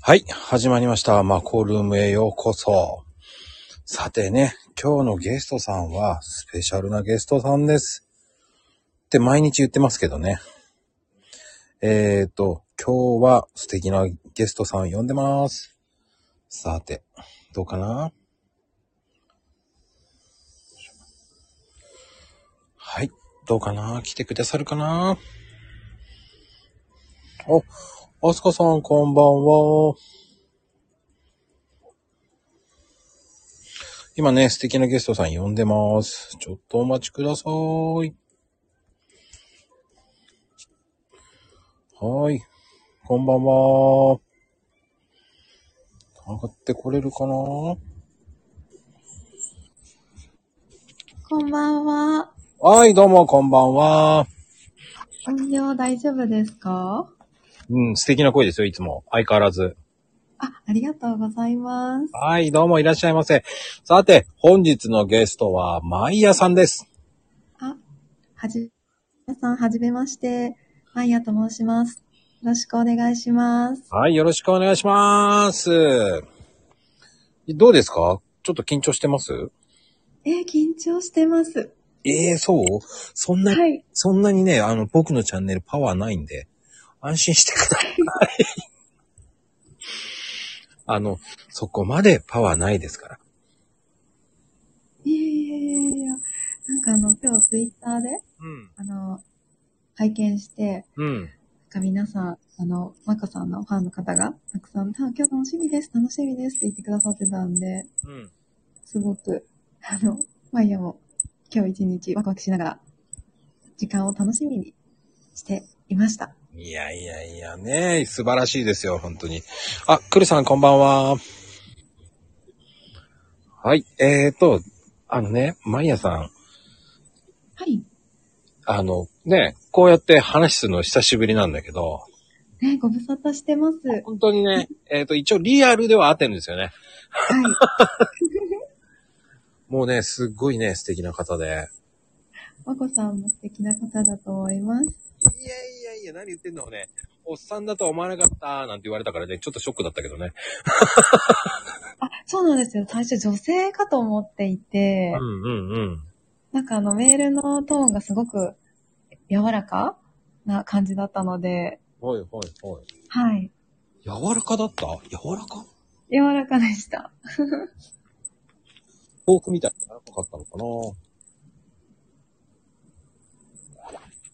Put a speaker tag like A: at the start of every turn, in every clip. A: はい、始まりました。マコルームへようこそ。さてね、今日のゲストさんはスペシャルなゲストさんです。って毎日言ってますけどね。えーと、今日は素敵なゲストさん呼んでます。さて、どうかなはい、どうかな来てくださるかなお、あすかさんこんばんは。今ね、素敵なゲストさん呼んでます。ちょっとお待ちください。はーい。こんばんは。上がってこれるかな
B: こんばんは。
A: はい、どうも、こんばんは。
B: 音量大丈夫ですか
A: うん、素敵な声ですよ、いつも。相変わらず。
B: あ、ありがとうございます。
A: はい、どうもいらっしゃいませ。さて、本日のゲストは、マイヤさんです。
B: あ、はじ、皆さんはじめまして。マイヤと申します。よろしくお願いします。
A: はい、よろしくお願いします。どうですかちょっと緊張してます
B: えー、緊張してます。
A: ええそうそんな、
B: はい。
A: そんなにね、あの、僕のチャンネルパワーないんで、安心してくだ さい。あの、そこまでパワーないですから。
B: いやいやいやいや。なんかあの、今日ツイッターで、あの、拝見して、
A: うん。うん。
B: なんか皆さん、あの、マコさんのファンの方が、たくさん、た今日楽しみです、楽しみですって言ってくださってたんで、
A: うん。
B: すごく、あの、毎夜も今日一日ワクワクしながら、時間を楽しみにしていました。
A: いやいやいやね、素晴らしいですよ、本当に。あ、くるさんこんばんは。はい、えーと、あのね、まいやさん、
B: はい。
A: あの、ね、こうやって話すの久しぶりなんだけど、
B: ね、ご無沙汰してます。はい。
A: 本当にね、えっ、と、一応リアルでは合ってるんですよね。もうね、すっごいね、素敵な方で。
B: まこさんも素敵な方だと思います。
A: いやいやいや、何言ってんのね。おっさんだとは思わなかった、なんて言われたからね、ちょっとショックだったけどね。
B: あ、そうなんですよ。最初女性かと思っていて
A: う、んうんうん。
B: なんかあのメールのトーンがすごく柔らかな感じだったので、
A: ほいほいほい。
B: はい。
A: 柔らかだった柔らか
B: 柔らかでした。
A: フォークみたいに柔らかかったのかなフ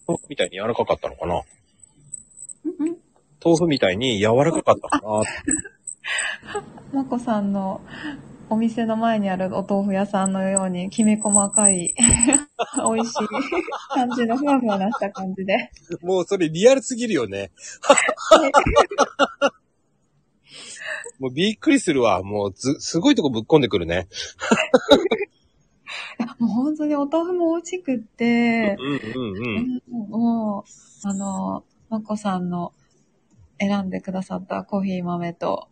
A: ォークみたいに柔らかかったのかな
B: うんうん
A: 豆腐みたいに柔らかかったのか
B: まこさんのお店の前にあるお豆腐屋さんのようにきめ細か い、美味しい感じのふわふわした感じで。
A: な もうそれリアルすぎるよね。もうびっくりするわ。もうず、すごいとこぶっこんでくるね。
B: もう本当にお豆腐も美味しくって、
A: うんうんうん。
B: うんもう、あの、まこさんの選んでくださったコーヒー豆と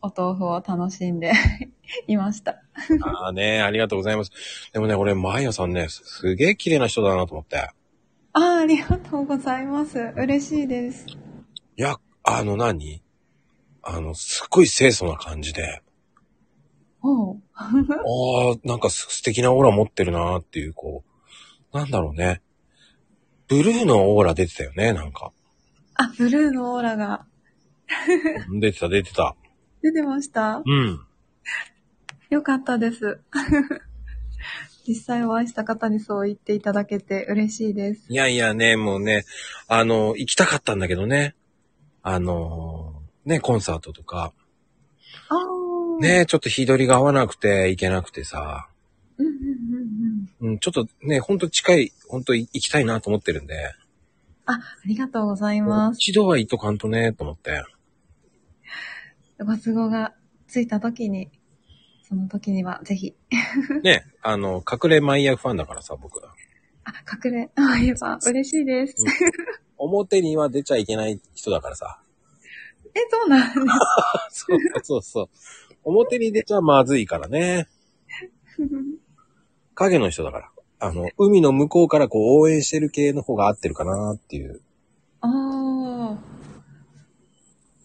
B: お豆腐を楽しんで いました。
A: ああね、ありがとうございます。でもね、俺、マーヤさんね、すすげえ綺麗な人だなと思って。
B: あーありがとうございます。嬉しいです。
A: いや、あの何、あの、すっごい清楚な感じで、
B: おう
A: ああ、なんかす素敵なオーラ持ってるなーっていう、こう、なんだろうね。ブルーのオーラ出てたよね、なんか。
B: あ、ブルーのオーラが
A: 出てた、出てた。
B: 出てました
A: うん。
B: よかったです。 実際お会いした方にそう言っていただけて嬉しいです。
A: いやいやね、もうね、あの、行きたかったんだけどね。あの、ね、コンサートとか、
B: ああ。。
A: ね、ちょっと日取りが合わなくて行けなくてさ。
B: うんうんうんう
A: う
B: ん。
A: ん、ちょっとね、ほんと近い、ほんと行きたいなと思ってるんで。
B: あ、ありがとうございます。
A: 一度は行っとかんとね、と思って。
B: ご都合がついた時に、その時にはぜひ、
A: ね、あの、隠れマイヤーファンだからさ、僕。
B: あ、隠れ、あ、言えば嬉しいです。
A: 表には出ちゃいけない人だからさ。
B: え、そうなんです。
A: そう そうそう。表に出ちゃまずいからね。影の人だから。あの、海の向こうからこう応援してる系の方が合ってるかなっていう。
B: ああ。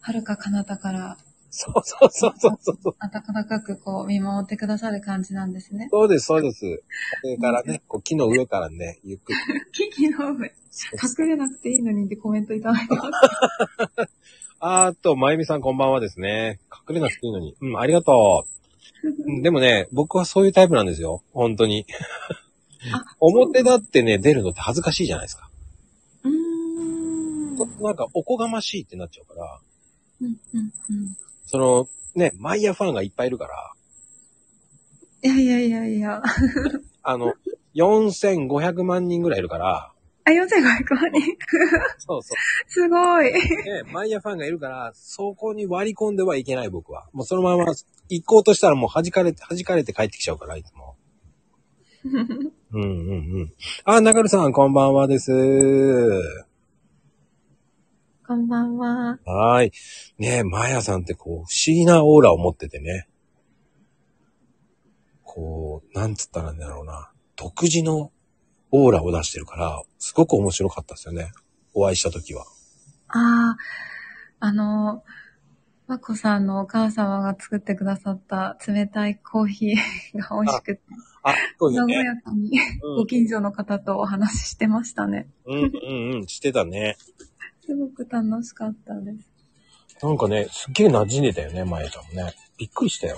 B: 遥か彼方から
A: そうそうそうそうそう。
B: 暖かくこう見守ってくださる感じなんで すね。
A: そうです、そうです。上からね、こう木の上からね、ゆっくり。
B: キキの上。隠れなくていいのにってコメントいただいてます。
A: あーっと、まゆみさんこんばんはですね。隠れなくていいのに。うん、ありがとううん。でもね、僕はそういうタイプなんですよ。本当に
B: あ。
A: 表だってね、出るのって恥ずかしいじゃないですか。
B: うーん。うん
A: なんか、おこがましいってなっちゃうから、
B: うんうん。
A: その、ね、マイヤーファンがいっぱいいるから、
B: いやいやいやいや。
A: あ の、4500万人ぐらいいるから、
B: あ、4500万人。
A: そうそ
B: すごい。
A: う。ね、マイヤーファンがいるから、そこに割り込んではいけない僕は。もうそのまま行こうとしたらもう弾かれて、弾かれて帰ってきちゃうから、いつも。うんうんうん。あ、中るさん、こんばんはです。
B: こんばんは。
A: はーい。ねえ、マヤさんってこう、不思議なオーラを持っててね。こう、なんつったらいいんだろうな。独自のオーラを出してるから、すごく面白かったですよね。お会いした時は。
B: ああ、あの、まこさんのお母様が作ってくださった冷たいコーヒーが美味しくて、
A: あ、そうよ
B: 和
A: ね。
B: やかにご近所の方とお話ししてましたね。
A: うん、うん、うん、してたね。
B: すごく楽しかったです。
A: なんかね、すっげえ馴染んでたよね、マヤちゃんもね。びっくりしたよ。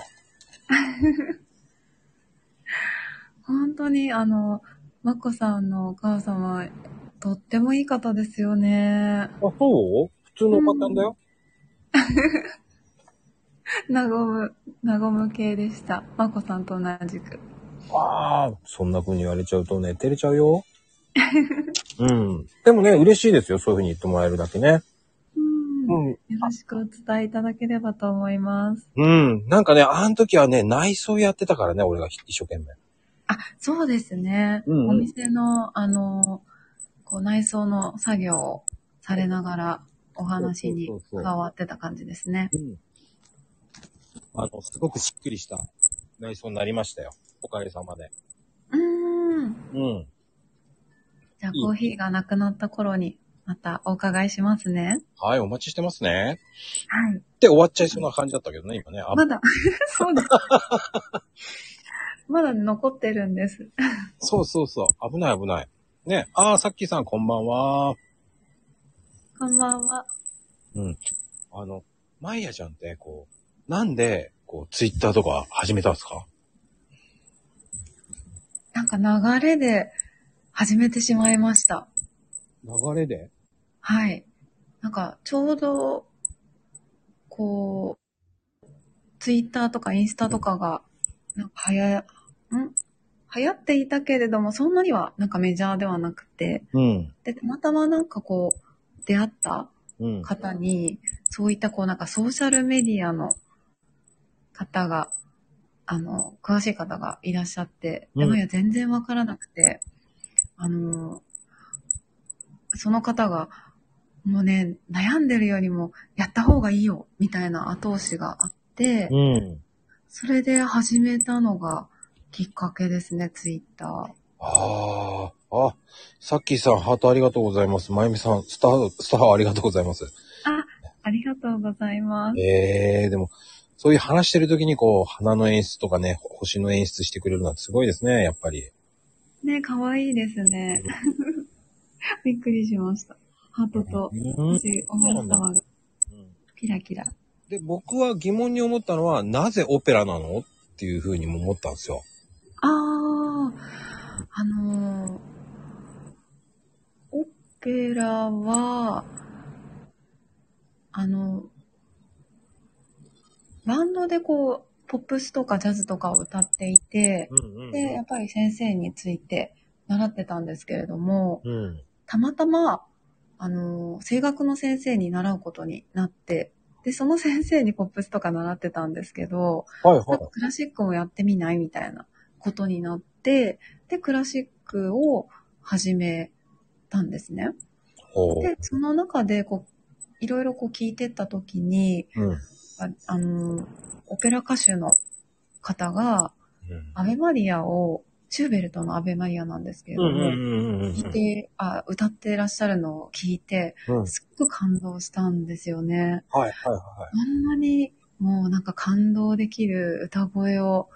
B: 本当に、あの、まこさんのお母様、とってもいい方ですよ
A: あ、。
B: ね
A: そう普通のおばちゃんだよ。
B: なごむ、なごむ系でした。まこさんと同じく。
A: ああ、そんな風に言われちゃうとね、照れちゃうよ。うん。でもね、嬉しいですよ。そういう風に言ってもらえるだけね。
B: うん。よ
A: う
B: ろしくお伝えいただければと思います。
A: ん。うん。なんかね、あの時はね、内装やってたからね、俺が一生懸命。
B: あ、そうですね。
A: うんうん
B: お店の、あの、こう内装の作業をされながらお話に
A: そうそ
B: 加
A: うそう
B: わってた感じですね。
A: うん。あの、すごくしっくりした内装になりましたよ。おかげさまで。
B: うー
A: う
B: ん。
A: ん。
B: じゃあ
A: いい
B: コーヒーがなくなった頃にまたお伺いしますね。
A: はい、お待ちしてますね。
B: はい。
A: って終わっちゃいそうな感じだったけどね、今ね。あ
B: まだ、 そうです。まだ残ってるんです。
A: そうそうそう。危ない危ない。ね。ああ、さっきさんこんばんは。
B: こんばんは。
A: あの、マイヤちゃんって、こう、なんで、こう、ツイッターとか始めたんですか
B: なんか流れで始めてしまいました。
A: 流れで
B: はい。なんか、ちょうど、こう、ツイッターとかインスタとかが、なんか、はや、ん流行っていたけれども、そんなにはなんかメジャーではなくて、
A: うん。
B: で、たまたまなんかこう、出会った
A: うん。
B: 方に、そういったこう、なんかソーシャルメディアの方が、あの、詳しい方がいらっしゃって、
A: う
B: で
A: ん
B: もいや全然わからなくて、あの、その方が、もうね、悩んでるよりも、やった方がいいよ、みたいな後押しがあって、
A: うん。
B: それで始めたのがきっかけですね、ツイッター。
A: ああ、あ、さっきさん、ハートありがとうございます。まゆみさん、スター、スターありがとうございます。
B: ありがとうございます。
A: ええー、でも、そういう話してる時に、こう、花の演出とかね、ほ星の演出してくれるのはすごいですね、やっぱり。
B: ね、可愛いですね。 びっくりしました。ハートと
A: う、
B: も
A: ん。
B: し、お花様がキラキラ。
A: で、僕は疑問に思ったのは、なぜオペラなのっていうふうにも思ったんですよ。
B: ああ、あのーオペラは、あの、バンドでこう、ポップスとかジャズとかを歌っていて、
A: うん
B: で、やっぱり先生について習ってたんですけれども、
A: うん。
B: たまたま、あのー、声楽の先生に習うことになって、で、その先生にポップスとか習ってたんですけど、
A: はい
B: な
A: は
B: んか
A: い。
B: クラシックもやってみないみたいなことになって、で、クラシックを始めたんですね。
A: ほう
B: で、その中で、こう、いろいろこう聞いてった時に、
A: うん。
B: ああのー、オペラ歌手の方が、
A: うん
B: アベマリアをシューベルトのアベマリアなんですけれ
A: う
B: ども、
A: んうんうんうんうん。
B: 聞いてあ、歌ってらっしゃるのを聞いて、
A: うん。はい
B: すっごく感動したんですよね。
A: はいはいはい。
B: あんなにもうなんか感動できる歌声を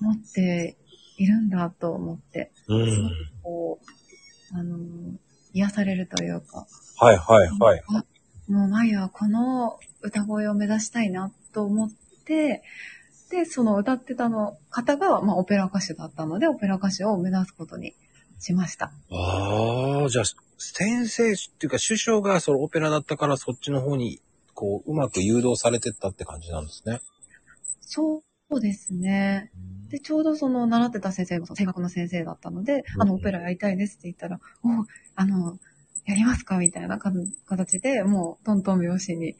B: 持っているんだと思って、
A: う
B: すご
A: ん
B: く。こう、あの、癒されるというか、
A: はいはいはい。
B: あもう前はこの歌声を目指したいなと思って、で、その歌ってたの方が、まあ、オペラ歌手だったので、オペラ歌手を目指すことにしました。
A: ああ、じゃあ、先生っていうか首相がそのオペラだったからそっちの方に、こう、うまく誘導されてったって感じなんですね。
B: そうですね。で、ちょうどその習ってた先生もその声楽の先生だったので、
A: うん
B: あの、オペラやりたいですって言ったら、おうあの、やりますかみたいなか形で、もう、トントン拍子に。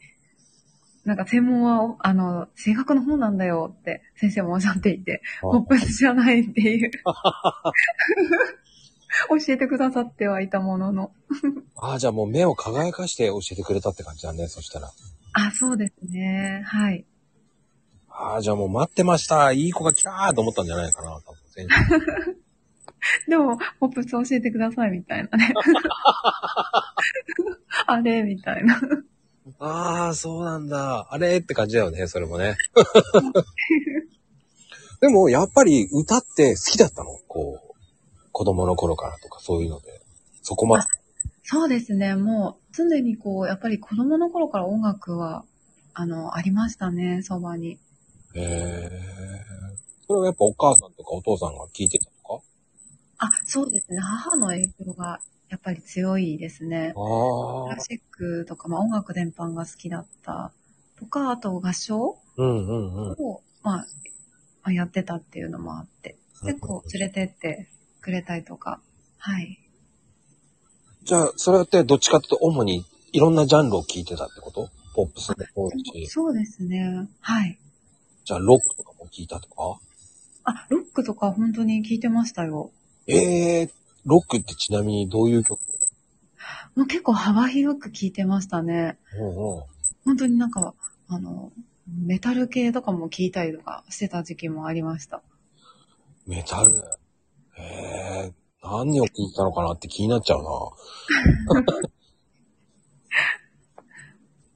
B: なんか、専門は、あの、声楽の方なんだよって、先生もおっしゃっていて。
A: あ
B: ポップスじゃないっていう。教えてくださってはいたものの。
A: ああ、じゃあもう目を輝かして教えてくれたって感じだね、そしたら。
B: あ、そうですね。はい。
A: ああ、じゃあもう待ってました。いい子が来たーと思ったんじゃないかな、多分先生。
B: でも、ポップス教えてくださいみたい なね。あれみたいな。
A: ああ、そうなんだ。あれって感じだよね、それもね。でも、やっぱり歌って好きだったのこう、子供の頃からとかそういうので。そこまで。
B: そうですね。もう、常にこう、やっぱり子供の頃から音楽は、あの、ありましたね、そばに。
A: へえ。それはやっぱお母さんとかお父さんが聞いてたのか
B: あ、そうですね。母の影響が、やっぱり強いですね。ク
A: ああ
B: ラ。シックとか、まあ、音楽全般が好きだったとか、あと合唱
A: うんうんうん。
B: を、まあまあ、やってたっていうのもあって、結構連れてってくれたりとか、はい。
A: じゃあ、それってどっちかっていうと主にいろんなジャンルを聞いてたってことポップスもそうだし、
B: そうですね。はい。
A: じゃあロックとかも聞いたとか
B: あ、ロックとか本当に聞いてましたよ。
A: ええー、ロックってちなみにどういう曲
B: もう結構幅広く聞いてましたね。
A: うんうん。
B: 本当になんか、あの、メタル系とかも聞いたりとかしてた時期もありました。
A: メタル。へえ、何を聞いたのかなって気になっちゃうな。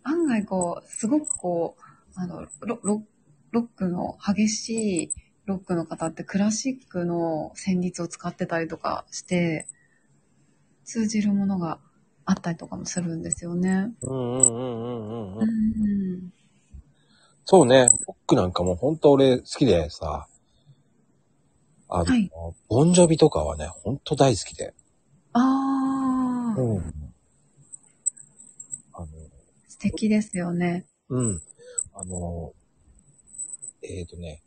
B: 案外こう、すごくこう、あの、ロロロックの激しいロックの方ってクラシックの旋律を使ってたりとかして、通じるものがあったりとかもするんですよね。
A: うんうんうんうん
B: う。ん。
A: そうね、ロックなんかも本当俺好きでさ、あの、
B: はい
A: ボンジョビとかはね、本当大好きで。
B: ああ、
A: うん。あの、
B: 素敵ですよね。
A: うん。あの、えっ、とね、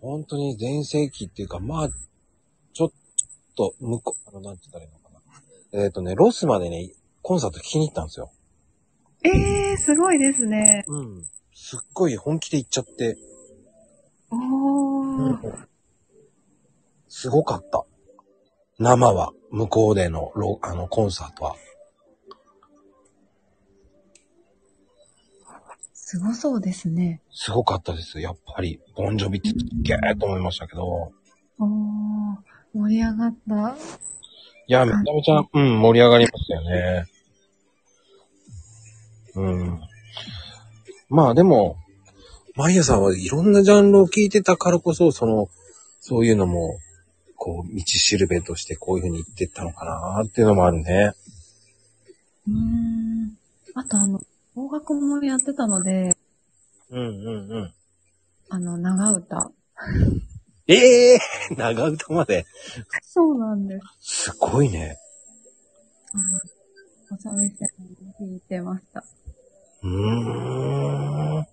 A: 本当に全盛期っていうか、まあ、ちょっと、向こう、あの、なんて言ったらいいのかな。えっ、とね、ロスまでね、コンサート聞きに行ったんですよ。
B: ええー、すごいですね。
A: うん。すっごい本気で行っちゃって、
B: お
A: う
B: ー。
A: んすごかった。生は、向こうでのロ、あの、コンサートは。
B: すごそうですね。
A: すごかったです。やっぱり、ボンジョビってすっげーと思いましたけど。
B: おー。盛り上がった。
A: いや、めちゃめちゃ、うん、盛り上がりましたよね。うん。まあでも、マイヤさんはいろんなジャンルを聞いてたからこそ、その、そういうのも、こう、道しるべとしてこういう風に言ってったのかなっていうのもあるね。
B: うーん。あとあの、音楽もやってたので、
A: うんうんうん。
B: あの、長唄。
A: ええー、 長唄まで。
B: そうなんです。
A: すごいね。
B: あの、お三味線を弾いてました。
A: うーん。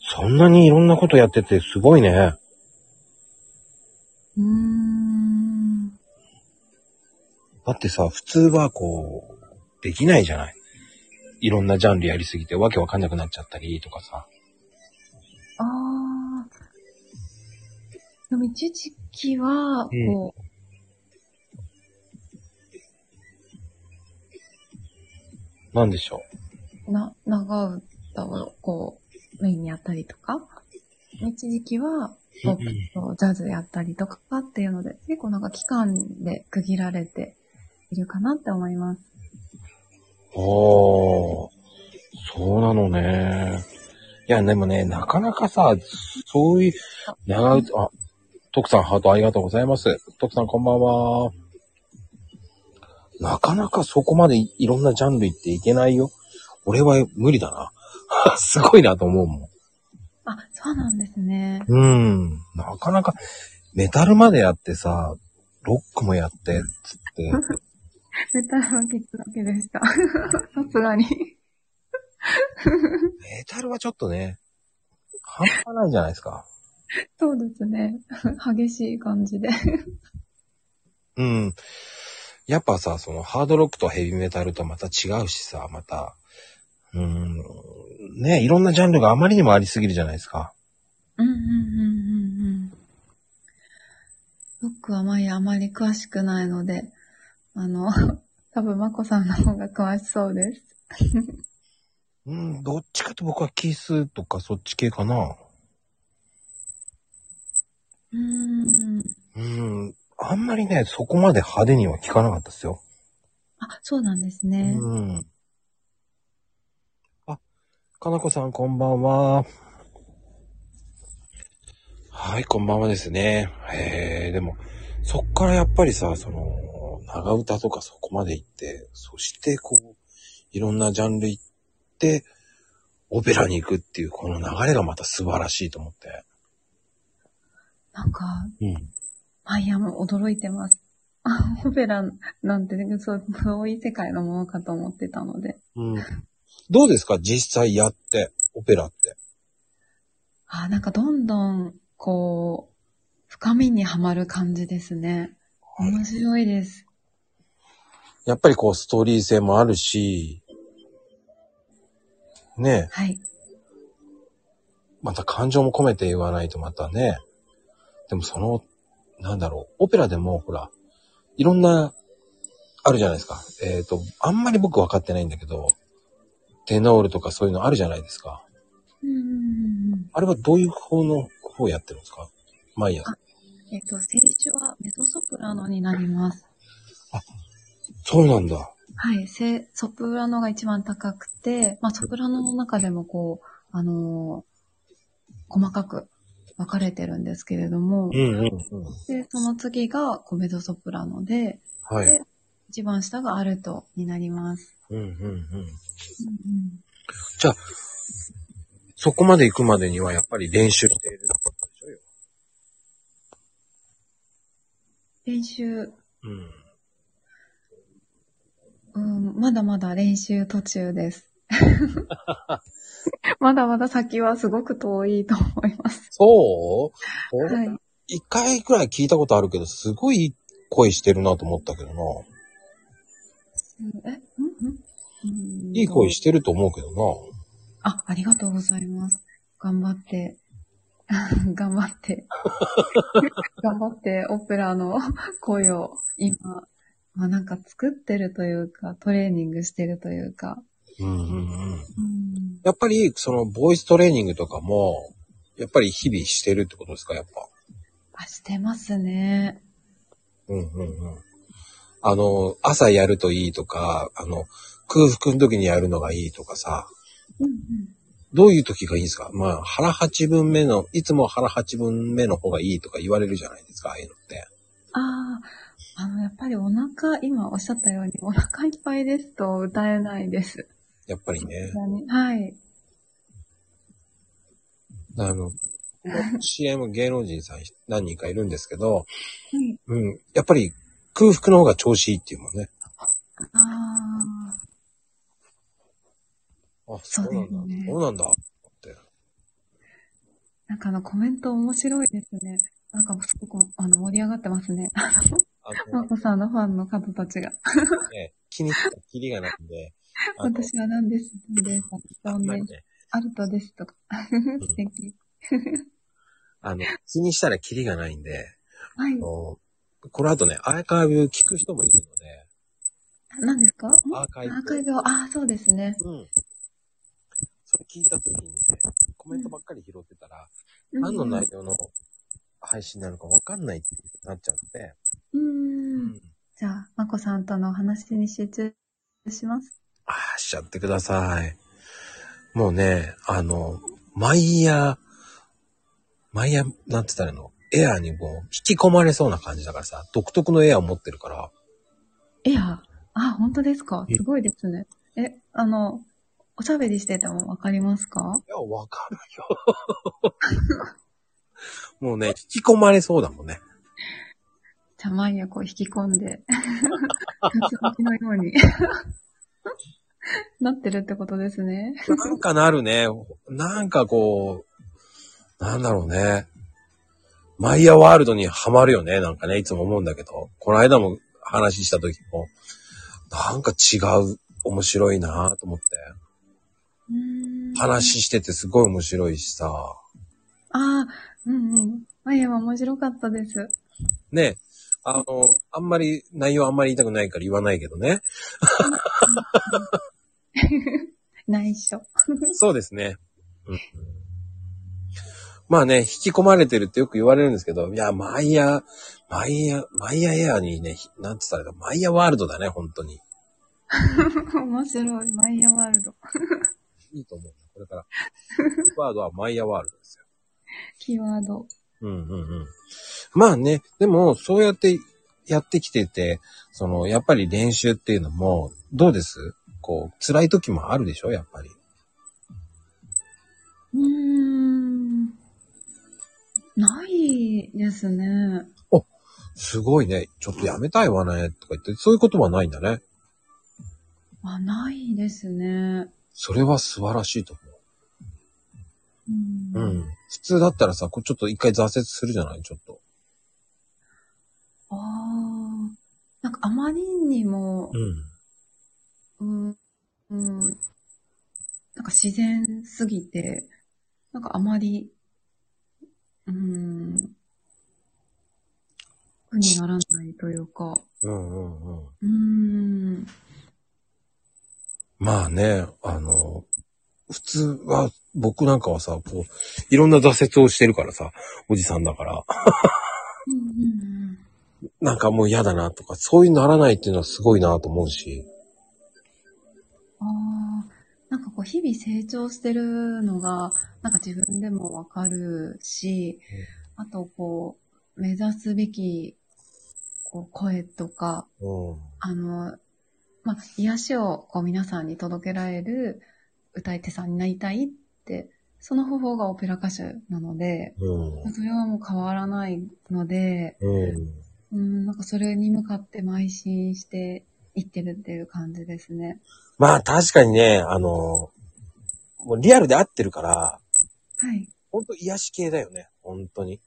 A: そんなにいろんなことやっててすごいね。
B: うーん。
A: だってさ、普通はこう、できないじゃない。いろんなジャンルやりすぎてわけわかんなくなっちゃったりとかさ。
B: あー。でも一時期は、
A: ええ
B: こう、
A: なんでしょ
B: な、長唄をこう、メインにやったりとか、一時期は、ポップとジャズやったりとかっていうので、結構なんか期間で区切られているかなって思います。
A: ああ、そうなのね。いや、でもね、なかなかさ、そういう、長うあ、徳さんハートありがとうございます。徳さんこんばんは。なかなかそこまでいいろんなジャンル行っていけないよ。俺は無理だな。 すごいなと思うも
B: あ、そうなんですね。
A: ん。うん。なかなか、メタルまでやってさ、ロックもやって、つって。
B: メタルはキッズだけでした。 さすがに。
A: メタルはちょっとね、半端ないじゃないですか。
B: そうですね。激しい感じで。
A: うん。やっぱさ、そのハードロックとヘビメタルとまた違うしさ、また、うん、ね、いろんなジャンルがあまりにもありすぎるじゃないですか。
B: うんうんうんうんうん。ロックは前あまり詳しくないので、あの、多分まこさんの方が詳しそうです。
A: うん、どっちかと僕はキスとかそっち系かな。
B: うーん。
A: うん、あんまりね、そこまで派手には聞かなかったですよ。
B: あ、そうなんです
A: う
B: ね。
A: ん。あ、かなこさんこんばんは。はい、こんばんはですね。えー、でも、そっからやっぱりさ、その、長唄とかそこまで行って、そしてこう、いろんなジャンル行って、オペラに行くっていう、この流れがまた素晴らしいと思って。
B: なんか、
A: うん。
B: マイヤも驚いてます。 オペラなんて、ね、そう、遠い世界のものかと思ってたので。
A: うん。どうですか実際やって、オペラって。
B: あ、なんかどんどん、こう、深みにはまる感じですね。面白いです。
A: やっぱりこう、ストーリー性もあるし、ねえ、
B: はい。
A: また感情も込めて言わないとまたね。でもその、なんだろう、オペラでもほら、いろんな、あるじゃないですか。えっ、と、あんまり僕分かってないんだけど、テノールとかそういうのあるじゃないですか。
B: うんうんうんうん。
A: あれはどういう方の方やってるんですか毎朝
B: あ。えっと、選手はメゾソプラノになります。
A: そうなんだ。
B: はい、せソプラノが一番高くて、まあ、ソプラノの中でもこう、あのー細かく分かれてるんですけれども
A: う、んうんうん。
B: で、その次がコメドソプラノで、
A: は
B: で
A: い。
B: 一番下がアルトになります。
A: うんうんうん。そこまで行くまでにはやっぱり練習しているってことでしょうよ。
B: 練習、
A: うん。
B: うん、まだまだ練習途中です。 まだまだ先はすごく遠いと思います。
A: そう俺
B: はい。
A: 一回くらい聞いたことあるけど、すごい声してるなと思ったけどな。
B: え、んん
A: いい声
B: し
A: してると思うけど
B: あ、ありがとうございます。頑張って、 頑張って、 頑張ってオペラの声を今、まあなんか作ってるというか、トレーニングしてるというか。
A: な。うんうんうん。
B: うん
A: やっぱり、その、ボイストレーニングとかも、やっぱり日々してるってことですか、やっぱ。
B: あ、してますね。
A: うんうんうん。あの、朝やるといいとか、あの、空腹の時にやるのがいいとかさ、
B: うんうん。
A: どういう時がいいんですかまあ、腹八分目の、いつも腹八分目の方がいいとか言われるじゃないですか、ああいうのって。
B: ああ、あの、やっぱりお腹、今おっしゃったように、お腹いっぱいですと歌えないです。
A: やっぱりね。
B: はい。
A: あの、CM 芸能人さん何人かいるんですけど、
B: はい。
A: うん、やっぱり空腹の方が調子いいっていうもんね。
B: ああ。
A: あ、そ
B: そう
A: うなん
B: です
A: だ。
B: ね
A: そうなんだ。って。
B: なんかあのコメント面白いですね。なんかすごくあの盛り上がってますね。
A: あ
B: マ
A: の
B: コさんのファンの方たちが。
A: ね、気にしたきりがないんで、あの、
B: 私は何です、何です、
A: あんまり
B: 何です、
A: ね、
B: アルトですとか。素敵。
A: あの、気にしたらキリがないんで、
B: はい
A: あ。の、この後ね、アーカイブ聞く人もいるので、
B: 何ですかん
A: アーカイブ
B: アーカイブを、ああ、そうですね。
A: うん。それ聞いた時にね、コメントばっかり拾ってたら、
B: うん
A: 何の内容の配信なのかわかんないってなっちゃって、
B: うん。
A: う
B: うん。じゃあ、まこさんとのお話に集中します。
A: ああ、しちゃってください。もうね、あの、毎夜、毎夜、なんて言ったらいいのエアーにもう引き込まれそうな感じだからさ、独特のエアーを持ってるから、
B: エアあ、本当ですか
A: え
B: すごいですね。え、あの、おしゃべりしててもわかりますか
A: いや、わかるよ。 もうね、引き込まれそうだもんね。
B: じゃあ、毎夜こう引き込んで、竜巻のように なってるってことですね。
A: なんかなるね。なんかこう、なんだろうね。マイヤーワールドにはまるよね。なんかね、いつも思うんだけど。この間も話した時も、なんか違う、面白いなと思って。
B: うーん
A: 話しててすごい面白いしさ。
B: ああ、うんうん。マヤは面白かったです。
A: ね。あの、あんまり、内容あんまり言いたくないから言わないけどね。
B: 内緒。
A: そうですね。うんまあね、引き込まれてるってよく言われるんですけど、いや、マイヤー、マイヤー、マイヤーエアーにね、ひなんつったらいいか、マイヤーワールドだね、本当に。
B: 面白い。マイヤワールド。
A: いいと思う。これから。キーワードはマイヤーワールドですよ。
B: キーワード。
A: うんうんうん。まあね、でも、そうやってやってきてて、その、やっぱり練習っていうのも、どうですこう、辛い時もあるでしょ、やっぱり。
B: うーん。ないですね。
A: すごいね、ちょっとやめたいわね、とか言って、そういうことはないんだね。
B: あ、ないですね。
A: それは素晴らしいと思う。
B: うん。
A: うん。普通だったらさ、こうちょっと一回挫折するじゃないちょっと。
B: ああ。なんかあまりにも、
A: ん。
B: うん、うん、なんか自然すぎて、なんかあまり、うん、苦にならないというか、
A: うんうんうん。
B: うん、
A: まあね、あの、普通は、僕なんかはさ、こう、いろんな挫折をしてるからさ、おじさんだから、
B: うんうん
A: なんかもう嫌だなとか、そういうならないっていうのはすごいなと思うし、
B: うん、ああ、なんかこう日々成長してるのが、なんか自分でもわかるし、あとこう、目指すべき、こう、声とか、
A: うん。
B: あの、まあ、癒しをこう皆さんに届けられる歌い手さんになりたいって、その方法がオペラ歌手なので、
A: うん。
B: それはもう変わらないので、
A: うん。
B: うん、なんかそれに向かって邁進していってるっていう感じですね。
A: まあ確かにね、あの、もうリアルで合ってるから、
B: はい。
A: ほんと癒し系だよね、本当 に。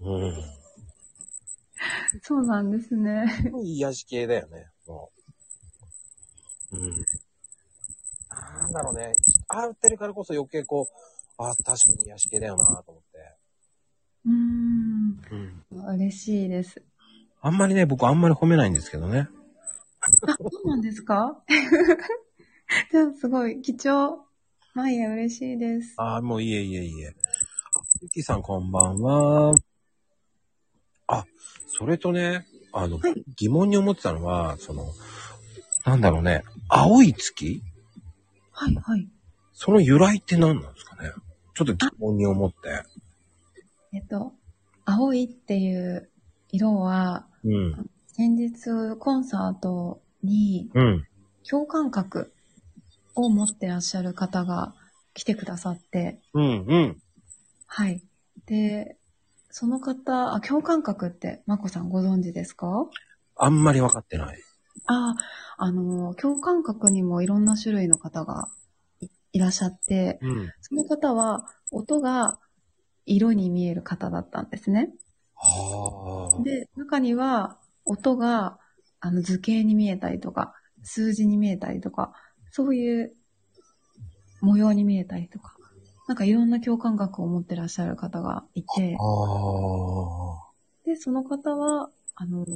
A: うん。
B: そうなんですね。
A: 癒し系だよね、もう。うん。なんだろうね。合ってるからこそ余計こう、あ、確かに癒し系だよなと思っ
B: うん、
A: て。うん。
B: 嬉しいです。
A: あんまりね、僕あんまり褒めないんですけどね。
B: あ、そうなんです かじゃあすごい貴重。毎夜嬉しいです。
A: あもういえいえいえ。あ、ゆきさんこんばんは。あ、それとね、あの、
B: はい
A: 疑問に思ってたのは、その、なんだろうね、青い月
B: はい、はい。
A: その由来って何なんですかねちょっと疑問に思って。
B: えっと、青いっていう色は、
A: うん。
B: 先日コンサートに
A: うん。
B: 共感覚を持ってらっしゃる方が来てくださって、
A: うん。うん。
B: はい。で、その方、あ、共感覚って、まこさんご存知ですか
A: あんまり分かってない。
B: あ、あの、共感覚にもいろんな種類の方がいいらっしゃって、
A: うん。
B: その方は音が色に見える方だったんですね。
A: はあ。
B: で、中には音があの図形に見えたりとか、数字に見えたりとか、そういう模様に見えたりとか、なんかいろんな共感覚を持ってらっしゃる方がいて、
A: ああ。
B: で、その方は、あの、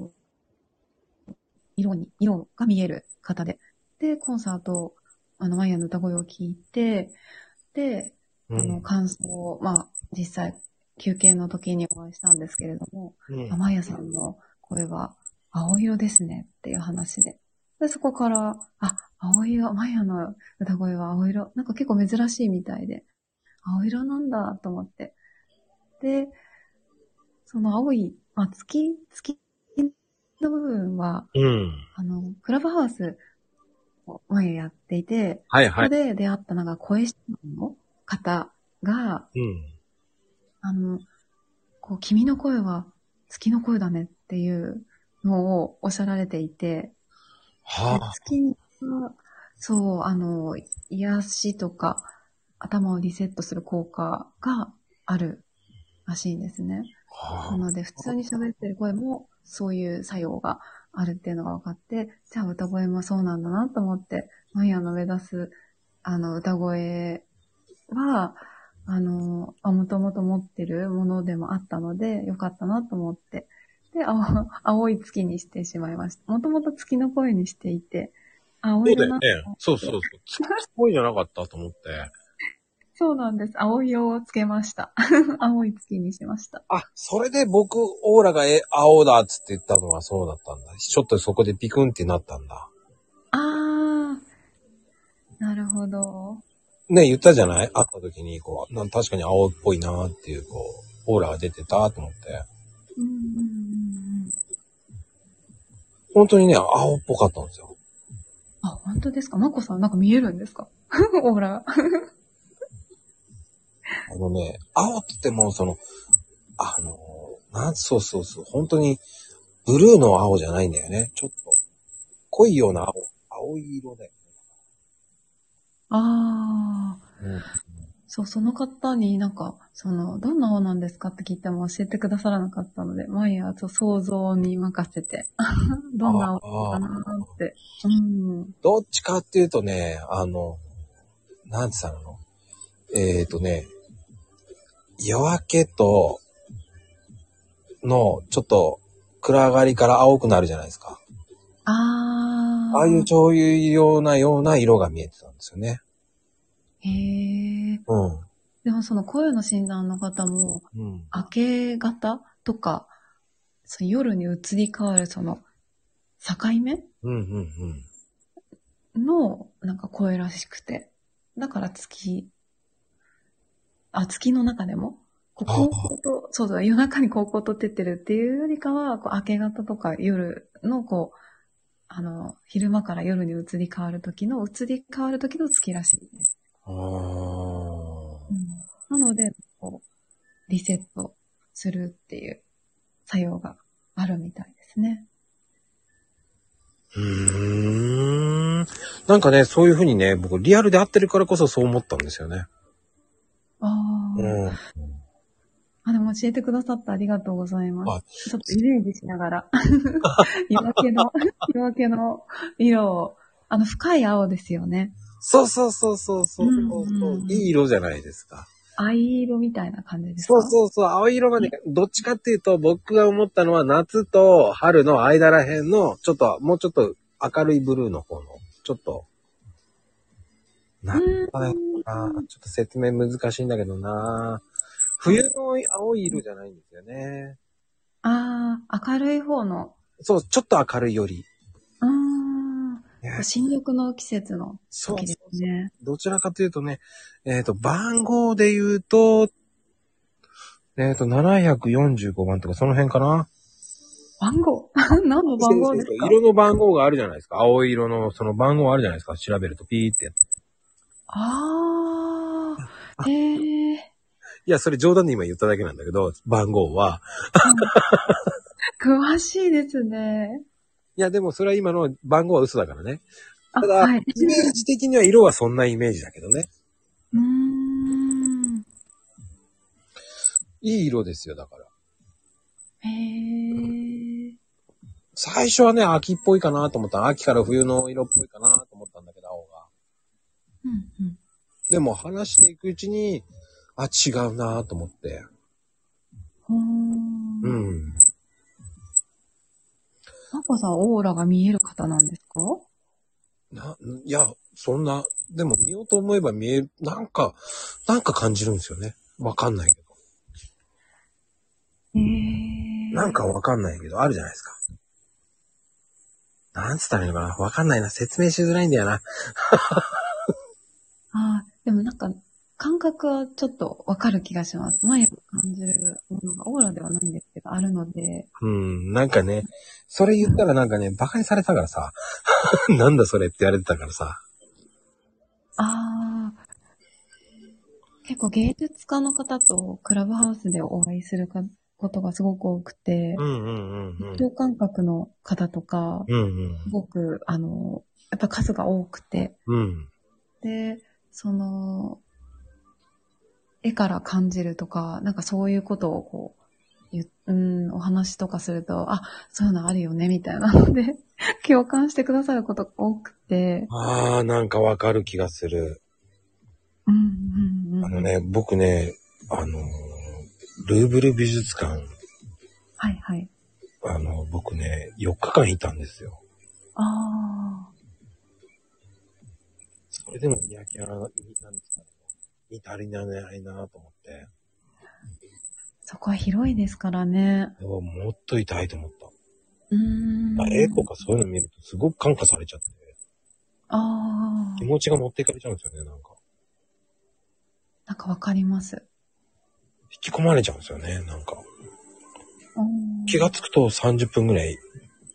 B: 色に、色が見える方で、で、コンサートあの、ワイヤーの歌声を聞いて、で、
A: う
B: あの、
A: ん。
B: 感想を、まあ、実際、休憩の時にお会いしたんですけれども、
A: うん
B: あ、マヤさんの声は青色ですねっていう話で。で、そこから、あ、青色、マヤの歌声は青色。なんか結構珍しいみたいで、青色なんだと思って。で、その青い、まあ、月、月の部分は、
A: うん。
B: あの、クラブハウスをマヤやっていて、
A: はい
B: そ
A: は
B: こ
A: い。
B: で出会ったのが声質の方が、
A: うん。
B: あの、こう、君の声は月の声だねっていうのをおっしゃられていて、
A: は
B: で
A: あ。
B: 月には、そう、あの、癒しとか、頭をリセットする効果があるらしいんですね。な
A: はあ。
B: ので、普通に喋ってる声もそういう作用があるっていうのが分かって、じゃあ歌声もそうなんだなと思って、マイヤーの目指す、あの、歌声は、あの、あ、もともと持ってるものでもあったので、よかったなと思って、で、青、青い月にしてしまいました。もともと月の声にしていて、青
A: そう
B: 色
A: だ
B: な
A: よね。そうそうそう。月っぽいじゃなかったと思って。
B: そうなんです。青色をつけました。 青い月にしました。
A: あ、それで僕、オーラがえ青だっつって言ったのはそうだったんだ。ちょっとそこでピクンってなったんだ。
B: あー、なるほど。
A: ね、言ったじゃない会った時に、こう、なん確かに青っぽいなっていう、こう、オーラが出てたと思って。
B: うんうんうんうん
A: 本当にね、青っぽかったんですよ。
B: あ、本当ですかマコさん、なんか見えるんですか オーラが。
A: あのね、青って言っても、その、あの、なん、そうそうそう、本当に、ブルーの青じゃないんだよね。ちょっと、濃いような青、青い色で。
B: ああ、
A: うん。
B: そう、その方になんか、その、どんな方なんですかって聞いても教えてくださらなかったので、毎夜、そう想像に任せて、 どんな方
A: あ
B: か
A: あ
B: なって。うん。
A: どっちかっていうとね、あの、なんて言ったのえっ、ー、とね、夜明けと、の、ちょっと、暗がりから青くなるじゃないですか。
B: ああ。
A: ああいう、そういうようなような色が見えてたんですよね。
B: へえ。
A: うん。
B: でもその声の診断の方も、
A: うん。
B: 明け方とか、その夜に移り変わるその、境目
A: うんうんうん。
B: の、なんか声らしくて。だから月、あ、月の中でも、こう
A: ああ
B: 高校と、そうだ、夜中に高校と出てるっていうよりかは、こう明け方とか夜の、こう、あの、昼間から夜に移り変わる時の、移り変わる時の月らしいです。
A: あー
B: うん、なので、こう、リセットするっていう作用があるみたいですね。
A: うーん。なんかね、そういうふうにね、僕リアルで会ってるからこそそう思ったんですよね。
B: ああ。
A: うん。
B: あ、でも教えてくださってありがとうございま
A: は
B: す。ちょっとイメージしな がら。夜明けの、夜明けの色を、あの深い青ですよね。
A: そうそうそうそうそうそう
B: うんうんうん
A: いい色じゃないですか。
B: 藍色みたいな感じです
A: そ
B: か
A: うそうそう、青色がね、どっちかっていうと、僕が思ったのは夏と春の間らへんの、ちょっと、もうちょっと明るいブルーの方の、ちょっと、なん
B: う
A: かね、
B: ーん
A: あーちょっと説明難しいんだけどな冬の青い色じゃないんですよね。
B: ああ、明るい方の、
A: そう、ちょっと明るいより。
B: うーん
A: ね、
B: 新緑の季節の
A: そう
B: 時ですね。
A: どちらかというとね、えっ、と、番号で言うと、えっ、と、745番とかその辺かな
B: 番号 何の番号ですか
A: 色の番号があるじゃないですか。青色のその番号あるじゃないですか。調べるとピーってやつ。
B: ああ、ええー。
A: いや、それ冗談で今言っただけなんだけど、番号は。
B: 詳しいですね。
A: いや、でもそれは今の番号は嘘だからね。
B: あ、
A: ただ
B: はい。
A: イメージ的には色はそんなイメージだけどね。
B: うーん。
A: いい色ですよ、だから。
B: へえ。
A: 最初はね、秋っぽいかなと思った。秋から冬の色っぽいかなと思ったんだけど、青が。
B: うんうん。
A: でも話していくうちに、あ、違うなと思って。
B: ほー。
A: うんん。
B: マコさん、オーラが見える方なんですか
A: な、いや、そんな、でも見ようと思えば見える、なんか、なんか感じるんですよね。わかんないけど。
B: えー、
A: なんかわかんないけど、あるじゃないですか。なんつったらいいのかなわかんないな。説明しづらいんだよな。
B: ああ、でもなんか、感覚はちょっとわかる気がします。前感じるものがオーラではないんですけど、あるので、
A: うん、なんかね、それ言ったらなんかね、馬鹿にされたからさ、 なんだそれって言われてたからさ。
B: ああ、結構芸術家の方とクラブハウスでお会いするかことがすごく多くて
A: う、んうんうんうん。
B: 共感覚の方とか、
A: うん
B: すごく、あの、やっぱ数が多くて、
A: うん。うん。
B: で、その、絵から感じるとか、なんかそういうことをこう、ゆうん、お話とかすると、あ、そういうのあるよね、みたいなので、共感してくださることが多くて、
A: あー、なんかわかる気がする。
B: うん、うん、うん。
A: あの。ね、僕ね、あのー、ルーブル美術館、
B: はい、はい。
A: あの、僕ね、4日間いたんですよ。
B: あ
A: それでも見飽きられたんですけど、見足りないなと思って、
B: ー、そこは広いですからね。
A: でももっといたいと思った。
B: うーん。
A: まあ、絵とかそういうの見るとすごく感化されちゃって、
B: あ
A: 気
B: あ、
A: 持ちが持っていかれちゃうんですよね、なんか。
B: なんかわかります。
A: 引き込まれちゃうんですよね、なんか。
B: あー
A: 気がつくと30分ぐらい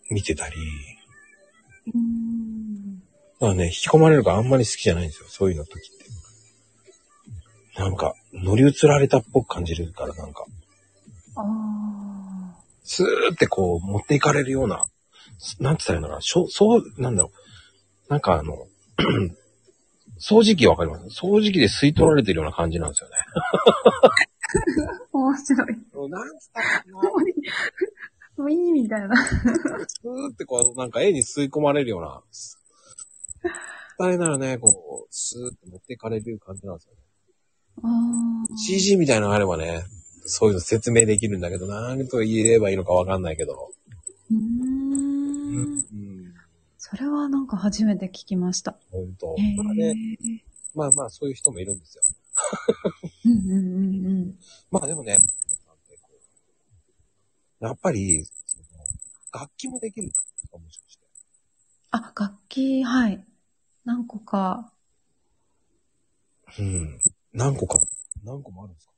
A: 見てたり、
B: うーん。
A: まあね、引き込まれるからあんまり好きじゃないんですよ、そういうの時って。なんか、乗り移られたっぽく感じるから、なんか、
B: ああ、
A: スーってこう持っていかれるような、なんて言ったらいいのかな、しょそう、なんだろう。なんかあの、 掃除機わかります掃除機で吸い取られてるような感じなんですよね。
B: 面白い。
A: なんつったらいいのかな
B: もういいみたいな。
A: スーってこう、なんか絵に吸い込まれるような。 あれならね、こう、スーって持っていかれる感じなんですよね。
B: あー
A: CG みたいなのがあればね、そういうの説明できるんだけど、何と言えばいいのかわかんないけど。
B: う
A: う
B: ー。
A: んん。
B: それはなんか初めて聞きました。
A: ほんと
B: へ。え。
A: まあね、まあまあ、そういう人もいるんですよ。
B: うんうんうんうん。
A: まあでもね、やっぱり、その楽器もできるんですかもしかして。
B: あ、楽器、はい。何個か。
A: うん。何個か、何個もあるんですか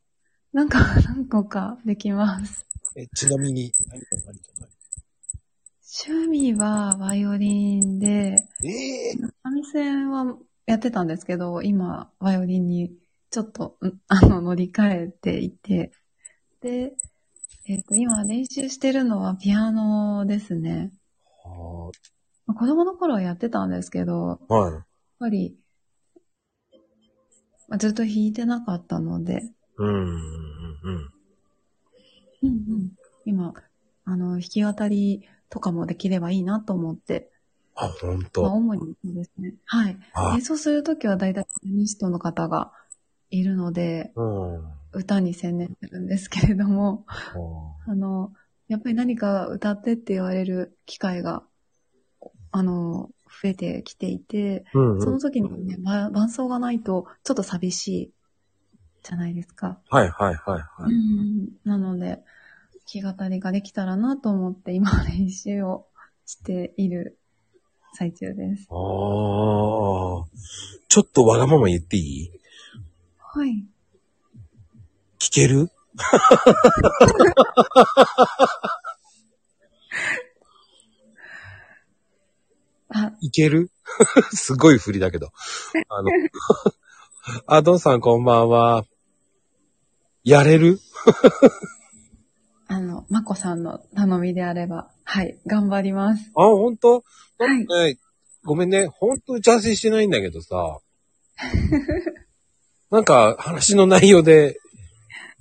B: なんか、 何個かできます。
A: え、ちなみに、何と何と何
B: 趣味はバイオリンで、
A: ええ
B: 三味線はやってたんですけど、今、バイオリンにちょっと、うんあの、乗り換えていて。で、えっ、と、今練習してるのはピアノですね。
A: は
B: まあ子供の頃はやってたんですけど、
A: あはい。
B: やっぱり、まあ、ずっと弾いてなかったので、
A: うんうんうん
B: うんうん、今、あの、弾き語りとかもできればいいなと思って、
A: あ、ほん
B: まあ、
A: と。
B: 主にそうですね。はい。
A: あ
B: 演、奏するときは大体ピアニストの方がいるので、
A: うん。
B: 歌に専念するんですけれども、あの、やっぱり何か歌ってって言われる機会が、あの、増えてきていて、
A: うん
B: そ
A: うん
B: の時にね、ば伴奏がないと、ちょっと寂しいじゃないですか。
A: はいはいはいはい。
B: うんなので、弾き語りができたらなと思って、今練習をしている最中です。
A: ああ。ちょっとわがまま言っていい
B: はい。
A: 聞ける
B: あ、
A: いける すごい振りだけど。あの、 あ、ドンさんこんばんは。やれる
B: あの、まこさんの頼みであれば、はい、頑張りま
A: あ、
B: す。
A: ほんと
B: はい。
A: ねごめんね。ほんと打ち合わせしてないんだけど さ。なんか話の内容で、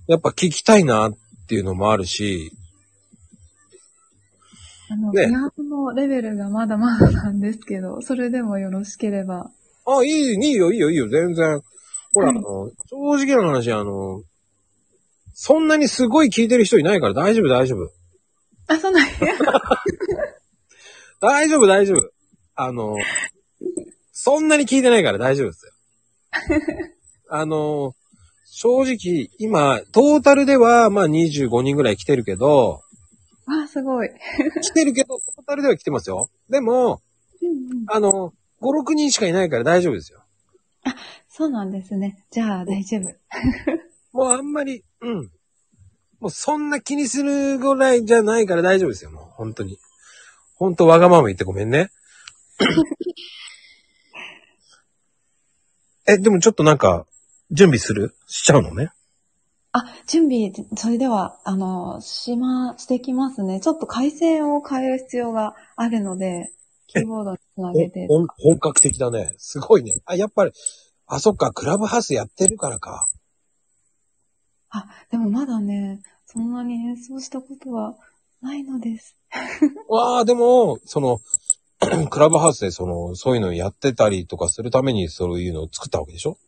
A: やっぱ聞きたいなっていうのもあるし、
B: あの、
A: ね
B: ピアノのレベルがまだまだなんですけど、それでもよろしければ。
A: あ、いい、いいよ、いいよ、いいよ、全然。ほら、
B: うん
A: あの、正直な話、あの、そんなにすごい聞いてる人いないから大丈夫、大丈夫。
B: あ、そんなに
A: 大丈夫、大丈夫。あの、そんなに聞いてないから大丈夫 ですよ。あの、正直、今、トータルでは、まあ25人ぐらい来てるけど、
B: わあ、すごい。
A: 来てるけど、トータルでは来てますよ。でも、あの、5、6人しかいないから大丈夫ですよ。
B: そうなんですね。じゃあ大丈夫。
A: もうあんまり、うん。もうそんな気にするぐらいじゃないから大丈夫ですよ、もう本当に。本当わがまま言ってごめん ね。え、でもちょっとなんか、準備するしちゃうのね。
B: あ、準備、それでは、あの、しま、してきますね。ちょっと回線を変える必要があるので、キーボードにつなげて。
A: お本本格的だね。すごいね。あ、やっぱり、あ、そっか、クラブハウスやってるからか。
B: あ、でもまだね、そんなに演奏したことはないのです。
A: わあ、でも、その、 クラブハウスでその、そういうのやってたりとかするためにそういうのを作ったわけでしょ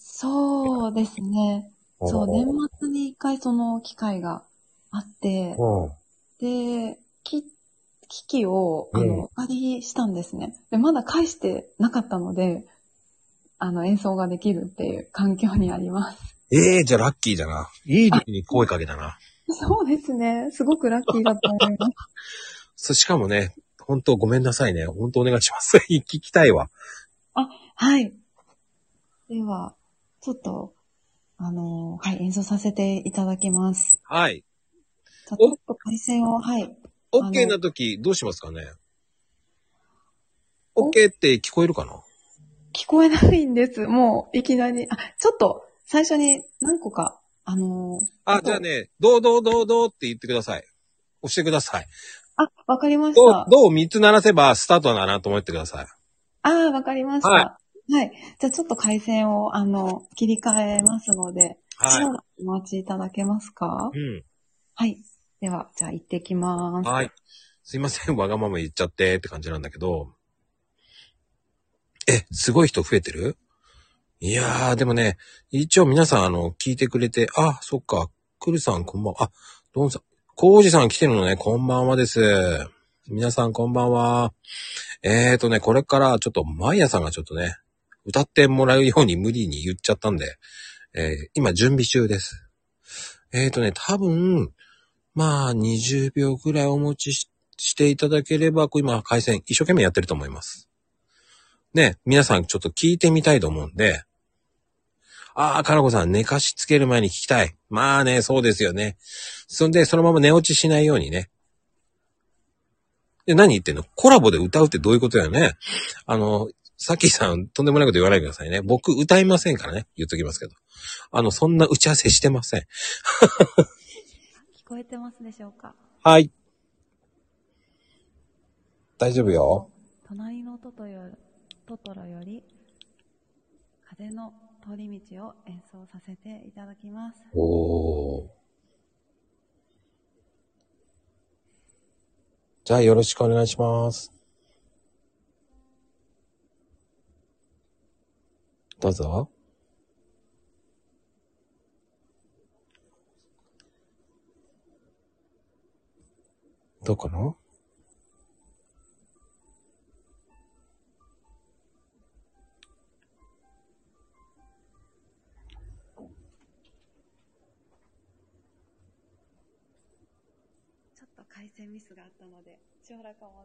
B: そうですね。そう、年末に一回その機会があって、
A: うん。
B: で、き機器を、あ
A: うん
B: の、お借りしたんですね。で、まだ返してなかったので、あの、演奏ができるっていう環境にあります。
A: ええじゃあラッキーだな。いい時に声かけたな。
B: そうですね。すごくラッキーだと思います。
A: そしかもね、本当ごめんなさいね。本当お願いします。 聞きたいわ。
B: はい。では、ちょっと、あのーはい、演奏させていただきます。
A: はい。
B: ちょちょっと回線を、はい。あの
A: OK な時どうしますかね ?OK って聞こえるかな
B: 聞こえないんです。もう、いきなり。あ、ちょっと、最初に何個か、あのー
A: あ、じゃあ。ね、どうどうどうどうって言ってください。押してください。
B: あ、わかりまし
A: ど
B: た
A: う、。どう3つ鳴らせばスタートだなと思ってください。
B: ああ、わかりました。
A: は
B: はい。じゃあ、ちょっと回線を、あの、切り替えますので、
A: は
B: し
A: い
B: ばらくお待ちいただけますか。
A: う
B: はい。では、じゃあ、行ってきま
A: ん。
B: す。
A: はい。すいません、 わがまま言っちゃってって感じなんだけど。え、すごい人増えてるいやー、でもね、一応皆さん、あの、聞いてくれて、あ、そっか、くるさんこんばんは。あ、どんさん、こうじさん来てるのね、こんばんはです。皆さんこんばんは。えーとね、これからちょっと、まいやさんがちょっとね、歌ってもらうように無理に言っちゃったんで、えー今準備中です。えーとね、多分、まあ、20秒ぐらいお持ちししていただければ、こう今、回線一生懸命やってると思います。ね、皆さんちょっと聞いてみたいと思うんで、ああ、かなこさん、寝かしつける前に聞きたい。まあね、そうですよね。そんで、そのまま寝落ちしないようにね。で、何言ってんのコラボで歌うってどういうことだよね。あの、さきさん、とんでもないこと言わないでくださいね。僕、歌いませんからね。言っときますけど。あの、そんな打ち合わせしてません。
B: 聞こえてますでしょうか
A: はい。大丈夫よ。
B: 隣のトトよトトロより風の通り道を演奏させていただきます。
A: おー。じゃあよろしくお願いします。どうぞ。どうかな
B: ちょっと回線ミスがあったので、しばらくお待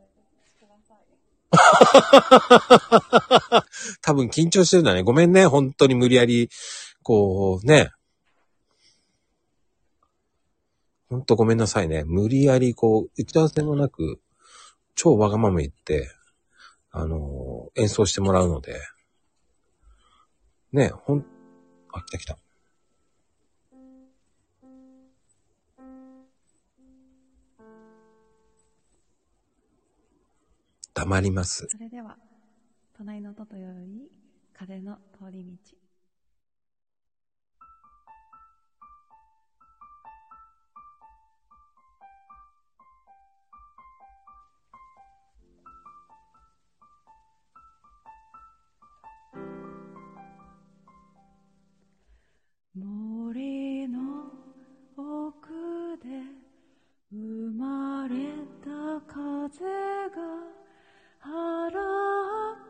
B: ちください。
A: 多分緊張してるんだね。ごめんね。本当に無理やり、こうね。ほんとごめんなさいね。無理やり、こう、打ち合わせもなく、超わがまま言って、あのー演奏してもらうので。ね、ほん、あ、来た来た。黙ります。
C: それでは、隣のトトより風の通り道。森の奥で生まれた風が遥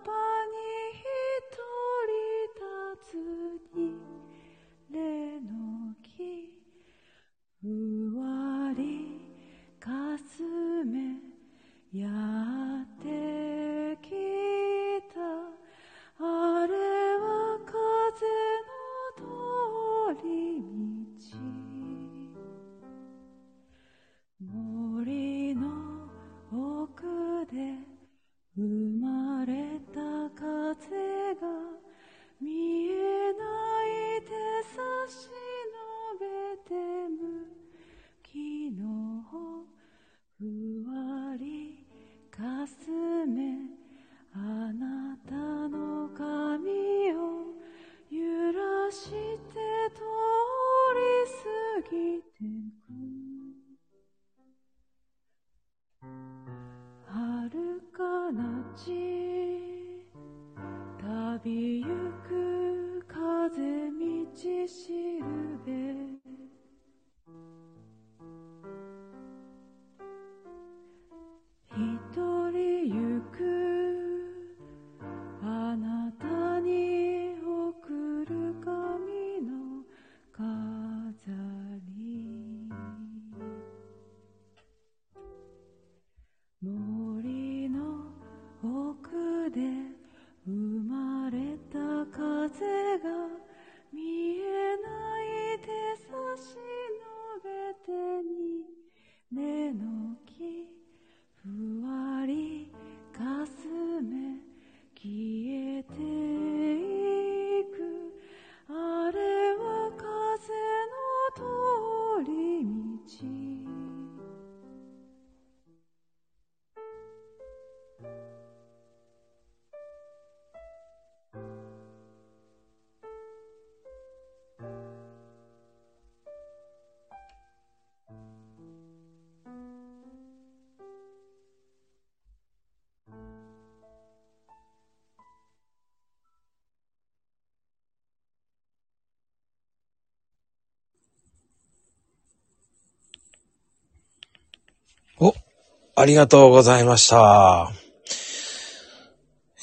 A: ありがとうございました。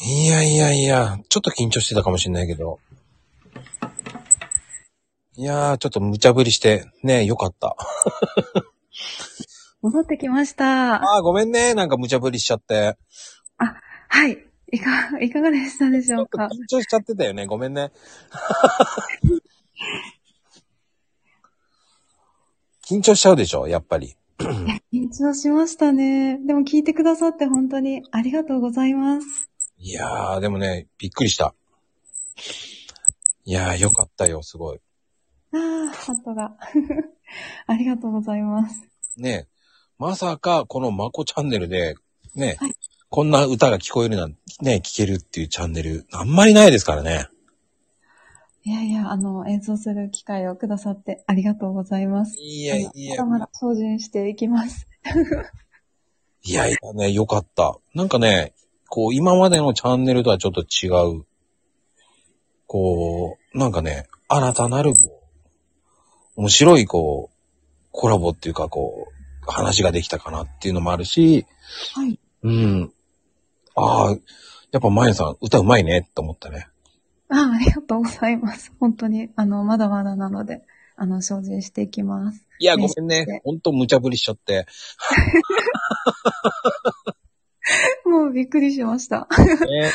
A: いやいやいや、ちょっと緊張してたかもしれないけど。いやー、ちょっと無茶ぶりして、ねよかった。
B: 戻ってきました。
A: あー、ごめんね、なんか無茶ぶりしちゃって。
B: はい。いか、いかがでしたでし
A: ち
B: ょ
A: ょっ
B: う
A: と
B: か
A: 緊張しちゃってたよね、ごめんね。 緊張しちゃうでしょ、やっぱり。
B: 緊張しましたね。でも聞いてくださって本当にありがとうございます。
A: いやー、でもね、びっくりした。いやー、よかったよ、すごい。
B: ああ、ハートが。 ありがとうございます。
A: ねえ、まさかこのまこチャンネルで、ねえ、
B: はい
A: こんな歌が聞こえるなんて、ねえ、聞けるっていうチャンネル、あんまりないですからね。
B: いやいや、あの、演奏する機会をくださってありがとうございます。
A: いやい
B: ま
A: や
B: だ、まだ精進していきます。
A: いやいやね、よかった。なんかね、こう、今までのチャンネルとはちょっと違う、こう、なんかね、新たなる、こう面白い、こう、コラボっていうか、こう、話ができたかなっていうのもあるし、
B: はい。
A: うん。ああ、やっぱまやさん、歌うまいね、と思ったね。
B: ああ、ありがとうございます。本当に、あの、まだまだなので、あの、精進していきます。
A: いや、
B: ね
A: ごめんね
B: ね。
A: ほんと無茶ぶりしちゃって。
B: もうびっくりしました。
A: ね、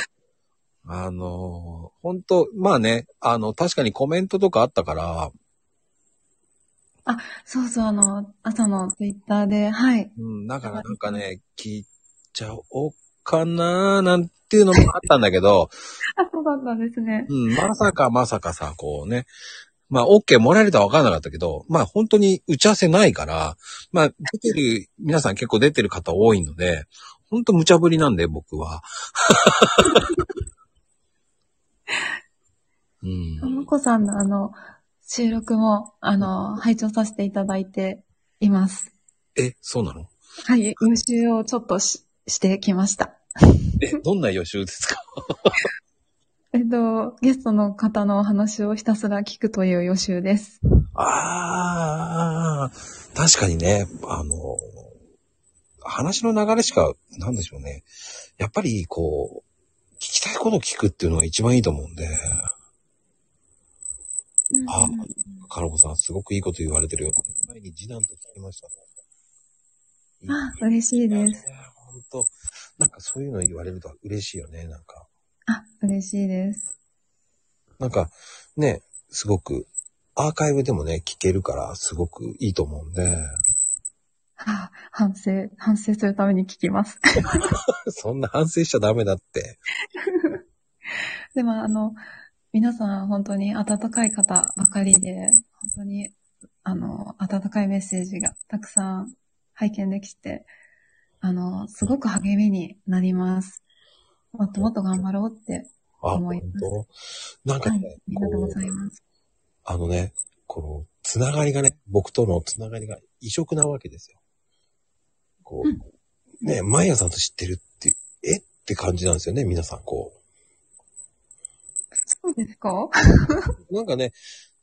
A: あのー、ほんと、まあね、あの、確かにコメントとかあったから、
B: そうそう、あの、朝のツイッターで、はい。
A: うん、だからなんかね、聞いちゃおうかななんていうのもあったんだけど、
B: あ、そうだったんですね。
A: うん、まさかまさかさ、こうね、まあ、OK もらえるとは分からなかったけど、まあ、本当に打ち合わせないから、まあ、出てる、皆さん結構出てる方多いので、本当無茶ぶりなんで、僕 は。うん。
B: まこさんのあの、収録も、あの、拝聴させていただいています。
A: え、そうなの
B: はい、予習をちょっとししてきました。
A: え、どんな予習ですか
B: えっと、ゲストの方のお話をひたすら聞くという予習です。
A: ああ、確かにね、あの、話の流れしか、なんでしょうね。やっぱり、こう、聞きたいことを聞くっていうのが一番いいと思うんで。あカロコさん、すごくいいこと言われてるよ。前に次男と聞きましたね。
B: あ嬉しいです。
A: いや。ほんと、なんかそういうの言われると嬉しいよね、なんか。
B: あ、嬉しいです。
A: なんか、ね、すごく、アーカイブでもね、聞けるから、すごくいいと思うんで。
B: あ、反省、反省するために聞きます。
A: そんな反省しちゃダメだって。
B: でも、あの、皆さん本当に温かい方ばかりで、本当に、あの、温かいメッセージがたくさん拝見できて、あの、すごく励みになります。もっともっと頑張ろうって。
A: あ、
B: 思
A: 本
B: います
A: 当なんか
B: はい。あ
A: ね、
B: りがとう
A: こ、
B: ございうます。
A: あのね、この、つながりがね、僕とのつながりが異色なわけですよ。こう、
B: うん
A: ね、マイヤさんと知ってるって、えって感じなんですよね、皆さん、こう。
B: そうですか
A: なんかね、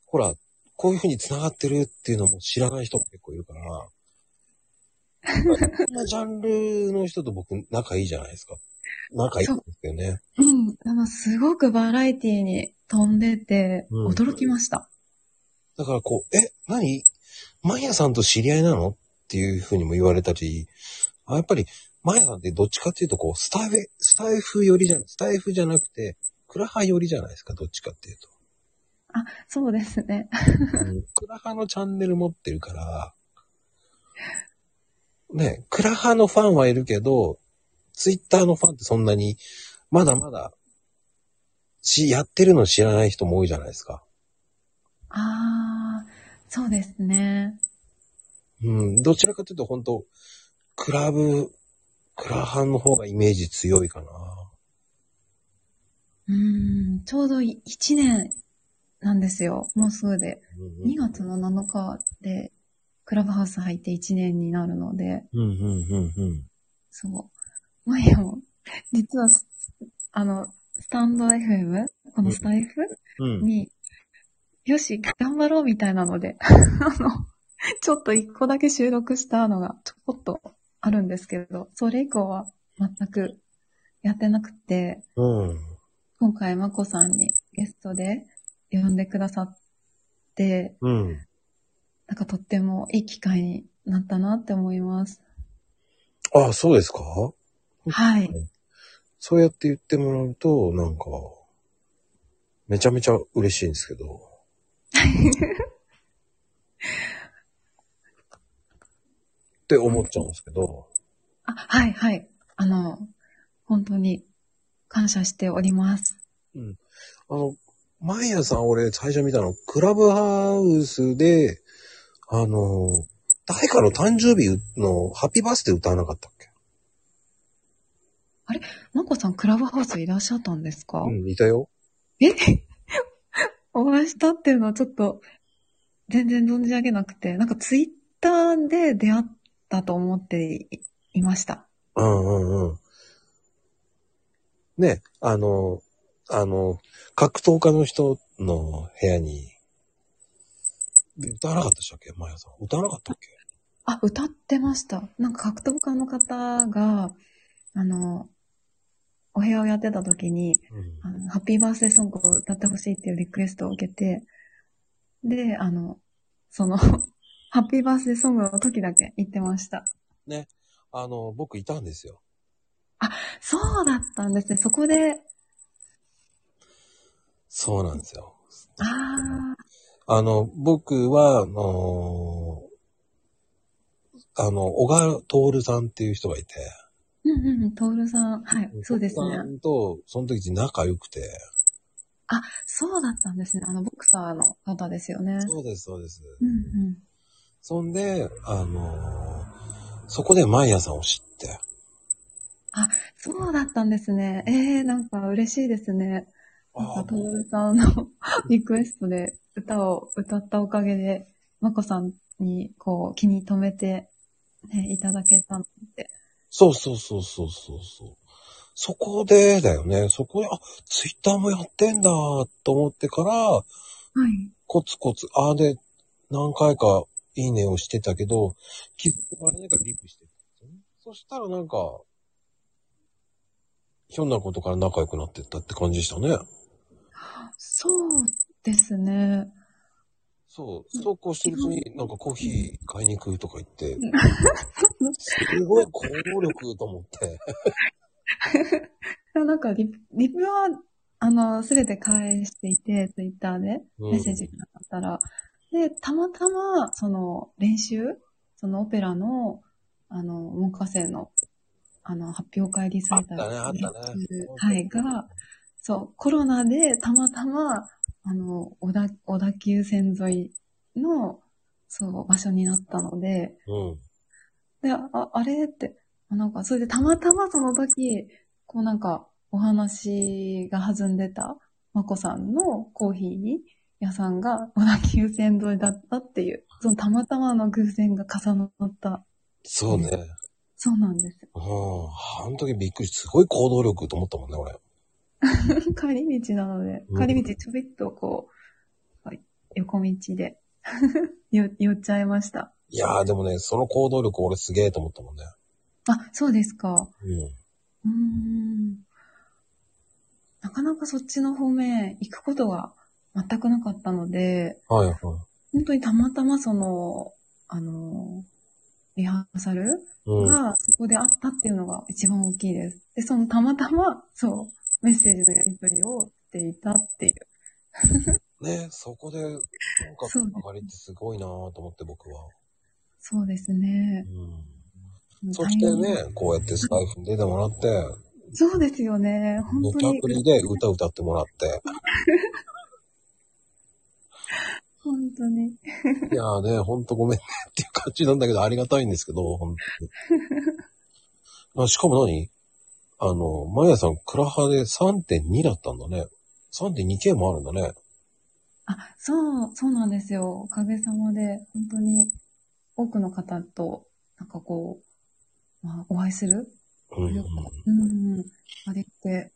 A: ほら、こういう風に繋がってるっていうのも知らない人も結構いる から、こんなジャンルの人と僕仲いいじゃないですか。仲いいんですよね。
B: うん。あの、すごくバラエティに飛んでて、
A: うん
B: 驚きました。
A: だからこう、え、何マイヤさんと知り合いなのっていう風にも言われたり、あやっぱり、マイヤさんってどっちかっていうとこう、スタイフ、スタイフ寄りじゃない、スタイフじゃなくて、クラハ寄りじゃないですか、どっちかっていうと。
B: そうですね。
A: うんクラハのチャンネル持ってるから、ね、クラハのファンはいるけど、ツイッターのファンってそんなに、まだまだ、し、やってるの知らない人も多いじゃないですか。
B: あー、そうですね。
A: うん、どちらかというと本当クラブ、クラハンの方がイメージ強いかな。
B: うーん、ちょうどい1年なんですよ。もうすぐで。
A: うんうん
B: 2月の7日で、クラブハウス入って1年になるので、
A: うんうんうんうん。
B: そう。前も、実は、あの、スタンド FM? このスタイフ
A: うん。
B: に、よし、頑張 ろうみたいなので、あの、ちょっと一個だけ収録したのが、ちょこっとあるんですけど、それ以降は全くやってなくて、
A: うん。
B: 今回まこさんにゲストで呼んでくださって、
A: うん。
B: なんかとってもいい機会になったなって思います。
A: あ、そうですか
B: はい。
A: そうやって言ってもらうと、なんか、めちゃめちゃ嬉しいんですけど。って思っちゃうんですけど。
B: あ、はい、はい。あの、本当に感謝しております。
A: あの、マイヤさん俺最初見たの、クラブハウスで、あの、誰かの誕生日のハッピーバースデー歌わなかったっけ
B: まこさん、クラブハウスいらっしゃったんですか、
A: うん、いたよ。
B: え お会いしたっていうのはちょっと全然存じ上げなくて、なんかツイッターで出会ったと思っていいました。
A: うんうんうん。ね、あの、あの、格闘家の人の部屋に、で歌わなかったでしたっけマヤさん。歌わなかったっけ
B: あ、歌ってました。なんか格闘家の方が、あの、お部屋をやってた時に、
A: うん
B: あのハッピーバースデーソングを歌ってほしいっていうリクエストを受けて、で、あの、その、 ハッピーバースデーソングの時だけ言ってました。
A: あの、僕いたんですよ。
B: そうだったんですね。そこで、
A: そうなんですよ。
B: ああ、
A: あの、僕は、あのーあの、小川徹さんっていう人がいて、
B: うんうんうん、トールさん。はい、そうです
A: 徹さ
B: ね。
A: んと、その時仲良くて、
B: あ、そうだったんですね。あの、ボクサーの方ですよね。
A: そうです、そうです。
B: うんうん。
A: そんで、あのーそこでマイヤさんを知って、
B: そうだったんですね。えー、なんか嬉しいですね。なん
A: あ
B: か、
A: あ
B: トールさんの リクエストで歌を歌ったおかげで、まこさんにこう気に留めて、ね、いただけたのって。
A: そうそうそうそうそうそう。そこでだよね。そこで、あ、ツイッターもやってんだと思ってから、
B: はい。
A: コツコツ、ああで、何回かいいねをしてたけど、気づかれないからリプしてたんですよね。そしたらなんか、ひょんなことから仲良くなってったって感じでしたね。
B: そうですね。
A: そう、そうこうしてるうちになんかコーヒー買いに行くとか言って
B: ん、
A: すごい行動力と思 って。
B: でもなんかリプ、リプは、あの、すべて返していて、ツイッターで。
A: うん
B: メッセージがなかったら、で、たまたま、その、練習、そのオペラの、あの、文科生の、あの、発表会リサイタル
A: あったねあったね
B: 練習はい、が、そう、コロナでたまたま、あの、小田、小田急線沿いの、そう、場所になったので、
A: うん。
B: で、あ、あれって、あなんか、それでたまたまその時、こうなんか、お話が弾んでた、まこさんのコーヒー屋さんが、小田急線沿いだったっていう、そのたまたまの偶然が重なった。
A: そうね。
B: そうなんです。
A: うん。あの時びっくり、すごい行動力と思ったもんね、俺。
B: 帰り道なので
A: う、ん
B: 帰り道ちょびっとこう、はい横道で、 よ寄っちゃいました。
A: いやーでもね、その行動力俺すげーと思ったもんね。
B: あ、そうですか。
A: うん。
B: うーんなかなかそっちの方面行くことが全くなかったので、
A: はいはい。
B: 本当にたまたまその、あの、リハーサル
A: うん。
B: がそこであったっていうのが一番大きいです。で、そのたまたま、そう、メッセージのやり取りをしていたっていう。
A: ね、そこで、なんか、
B: そう
A: 上がりってすごいなーと思って僕は。
B: そうです
A: う
B: ね。
A: ん。そして
B: 大変。
A: ね、こうやってスタイフに出てもらって、
B: そうですよね。本
A: ネ
B: 当
A: タ
B: に
A: プ。リで歌歌ってもらって。
B: 本当に。
A: いやーね、ほんとごめんねっていう感じなんだけど、ありがたいんですけど、本当に。あしかも何あの、マヤさん、クラハで3.2だったんだね。3.2K もあるんだね。
B: あ、そう、そうなんですよ。おかげさまで、本当に多くの方と、なんかこう、まあ、お会いする、
A: うん。
B: うん、うん、ができて、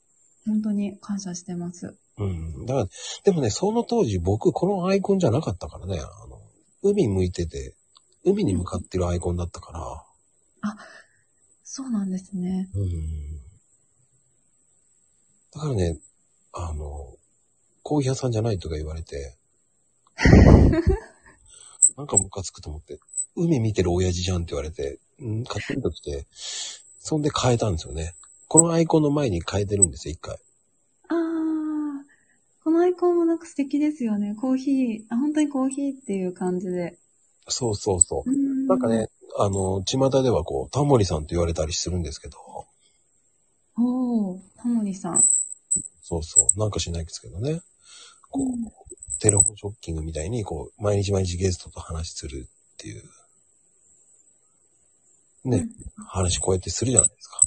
B: 本当に感謝してます。
A: うん。だから、でもね、その当時僕、このアイコンじゃなかったからね。あの、海向いてて、海に向かってるアイコンだったから、
B: そうなんですね。
A: うん。だからね、あの、コーヒー屋さんじゃないとか言われ て、なんかムカつくと思って、海見てる親父じゃんって言われて、うん、買ってみたくて、そんで変えたんですよね。このアイコンの前に変えてるんですよ、一回。
B: ああ、このアイコンもなんか素敵ですよね。コーヒー、あ、本当にコーヒーっていう感じで。
A: そうそうそうう。
B: ん
A: なんか。ね、あの、巷ではこう、タモリさんと言われたりするんですけど、
B: おー、タモリさん。
A: そうそう、なんかしないですけどね。こう、
B: うん
A: テレフォンショッキングみたいに、こう、毎日毎日ゲストと話するっていう、ね、話こうやってするじゃないですか。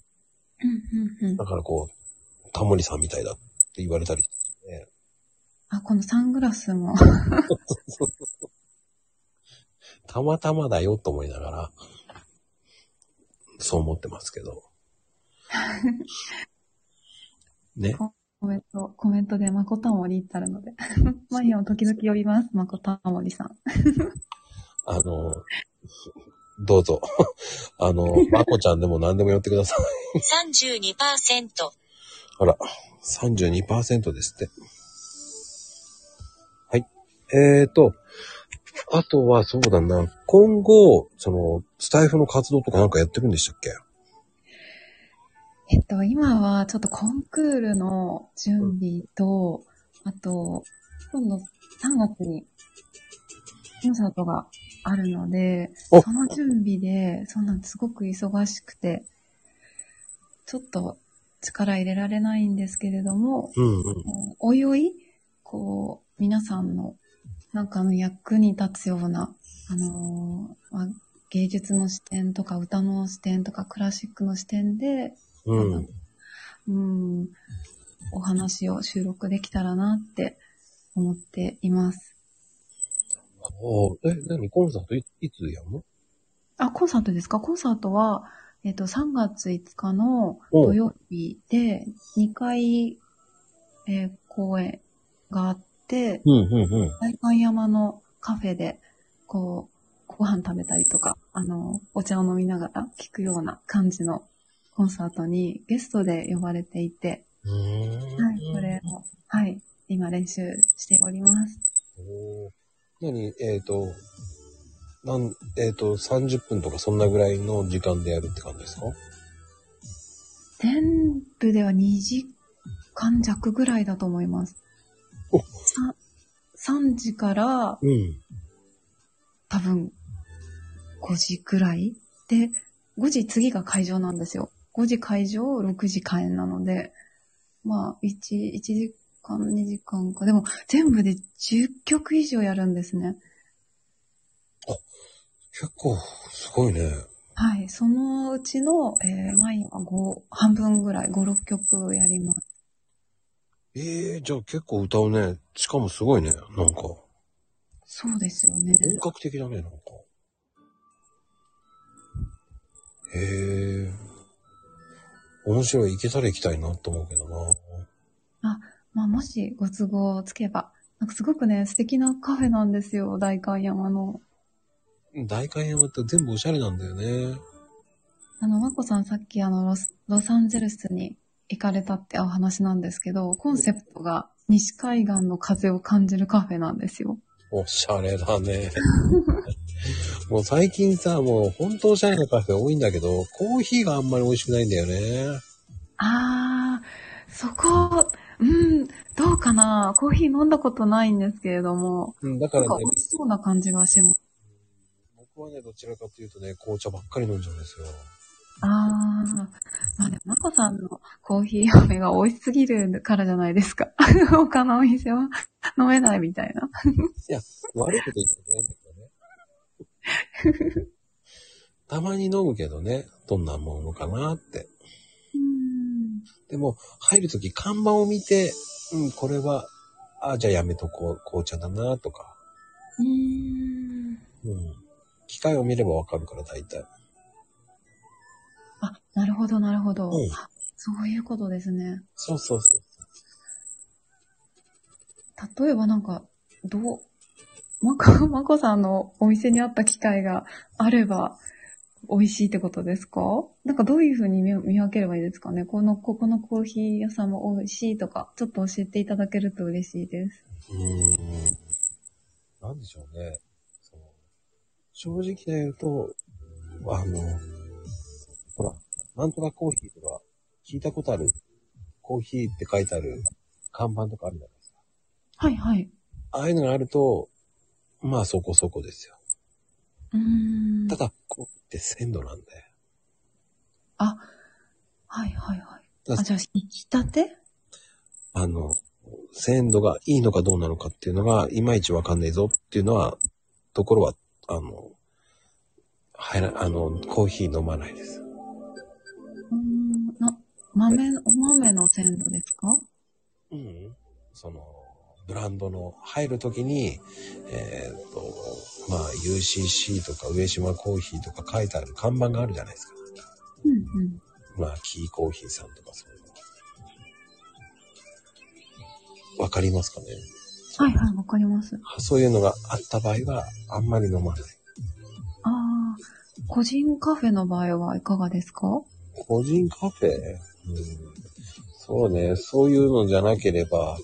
B: うんうんうん
A: だ。からこう、タモリさんみたいだって言われたり。
B: あ、このサングラスも。
A: たまたまだよと思いながら、そう思ってますけ ど。ね、
B: コメント、コメントで、まこたもりってある ので。マリアを時々呼びます、まこたもりさん。
A: あの、どうぞ。 あの、まこちゃんでも何でもやってください。
D: 32%、
A: あら、32%ですって。はい。えーと、あとはそうだな、今後、その、スタイフの活動とかなんかやってるんでしたっけ
B: えっと、今はちょっとコンクールの準備と、あと、今度3月にコンサートがあるので、
A: お
B: その準備で、そうなんですごく忙しくて、ちょっと力入れられないんですけれども、
A: うんうん。
B: おいおい、こう、皆さんの、なんかの役に立つような、あのーまあ芸術の視点とか歌の視点とかクラシックの視点で、
A: うん。
B: うん、お話を収録できたらなって思っています。
A: おーえ、何コンサートいいつやんの
B: あ、コンサートですかコンサートは、えっ、と、3月5日の
A: おう
B: 土曜日で、2回、えー公演があって、
A: うんうんうん。
B: 代官山のカフェで、こう、ご飯食べたりとか、あの、お茶を飲みながら聞くような感じのコンサートにゲストで呼ばれていて、
A: うーん
B: はい、それを、はい、今練習しております。
A: おー何えっ、と、なん、えっ、と、30分とかそんなぐらいの時間でやるって感じですか
B: 全部では2時間弱ぐらいだと思います
A: お。
B: さ3時から
A: うん。
B: 多分5時くらいで、5時次が会場なんですよ。5時会場、6時開演なので、まあ、1、1時間、2時間か。でも、全部で10曲以上やるんですね。
A: 結構、すごいね。
B: はい。そのうちの、えー、毎は5、半分ぐらい、5、6曲やります。
A: ええじゃあ結構歌うね。しかもすごいね。なんか、
B: そうですよね。
A: 本格的だね、なんか。へえ。面白い。行けたら行きたいなと思うけどな。
B: まあ、もしご都合をつけば、なんかすごくね、素敵なカフェなんですよ、代官山の。
A: 大観山って全部おしゃれなんだよね。
B: あの、まこさんさっきあのロス、ロサンゼルスに行かれたってお話なんですけど、コンセプトが西海岸の風を感じるカフェなんですよ。
A: おしゃれだね。 もう最近さ、もう本当おしゃれなカフェ多いんだけど、コーヒーがあんまり美味しくないんだよね。
B: あー、そこ、うん、どうかなコーヒー飲んだことないんですけれども、
A: うん、だか
B: な
A: ら
B: んか
A: ね
B: 美、味しそうな感じがします。
A: 僕はね、どちらかというとね、紅茶ばっかり飲んじゃうんですよ。
B: あー、まあでも、まこさんのコーヒー豆が美味しすぎるからじゃないですか。 他のお店は飲めないみたいな。
A: 悪いこと言ってないんだけどね。 たまに飲むけどね、どんなものかなって。
B: うん
A: でも、入るとき看板を見て、うん、これは、あ、じゃあやめとこう、紅茶だなとか、
B: うーん
A: うん。機械を見ればわかるから、大体。
B: あ、なるほど、なるほど、
A: うん
B: あそういうことですね。
A: そうそうそう。
B: 例えばなんか、ど う、まこ、まこさんのお店にあった機械があれば、美味しいってことですかなんかどういうふうに見見分ければいいですかねこの、ここのコーヒー屋さんも美味しいとか、ちょっと教えていただけると嬉しいです。
A: うーん。なんでしょうね。その正直な言うと、あの、ほら、なんとかコーヒーとか、聞いたことある、コーヒーって書いてある看板とかあるじゃないですか。
B: はいはい。
A: ああいうのがあると、まあそこそこですよ。
B: うーん。
A: ただ、コーヒーって鮮度なんで。
B: あ、はいはいは
A: だ
B: い。あ、じゃあ、引き立て
A: あの、鮮度がいいのかどうなのかっていうのが、いまいちわかんないぞっていうのは、ところは、あの、入ら、あの、コーヒー飲まないです。
B: うーん、な、豆、お豆の鮮度ですか
A: うん。その、ブランドの入るときに、えーっと、まあ、UCC とか上島コーヒーとか書いてある看板があるじゃないですか。
B: うんうん。
A: まあ、キーコーヒーさんとかそういうの。わかりますかね
B: はいはい、わかります。
A: そういうのがあった場合は、あんまり飲まない。
B: ああ、個人カフェの場合はいかがですか
A: 個人カフェ、うん、そうね、そういうのじゃなければ、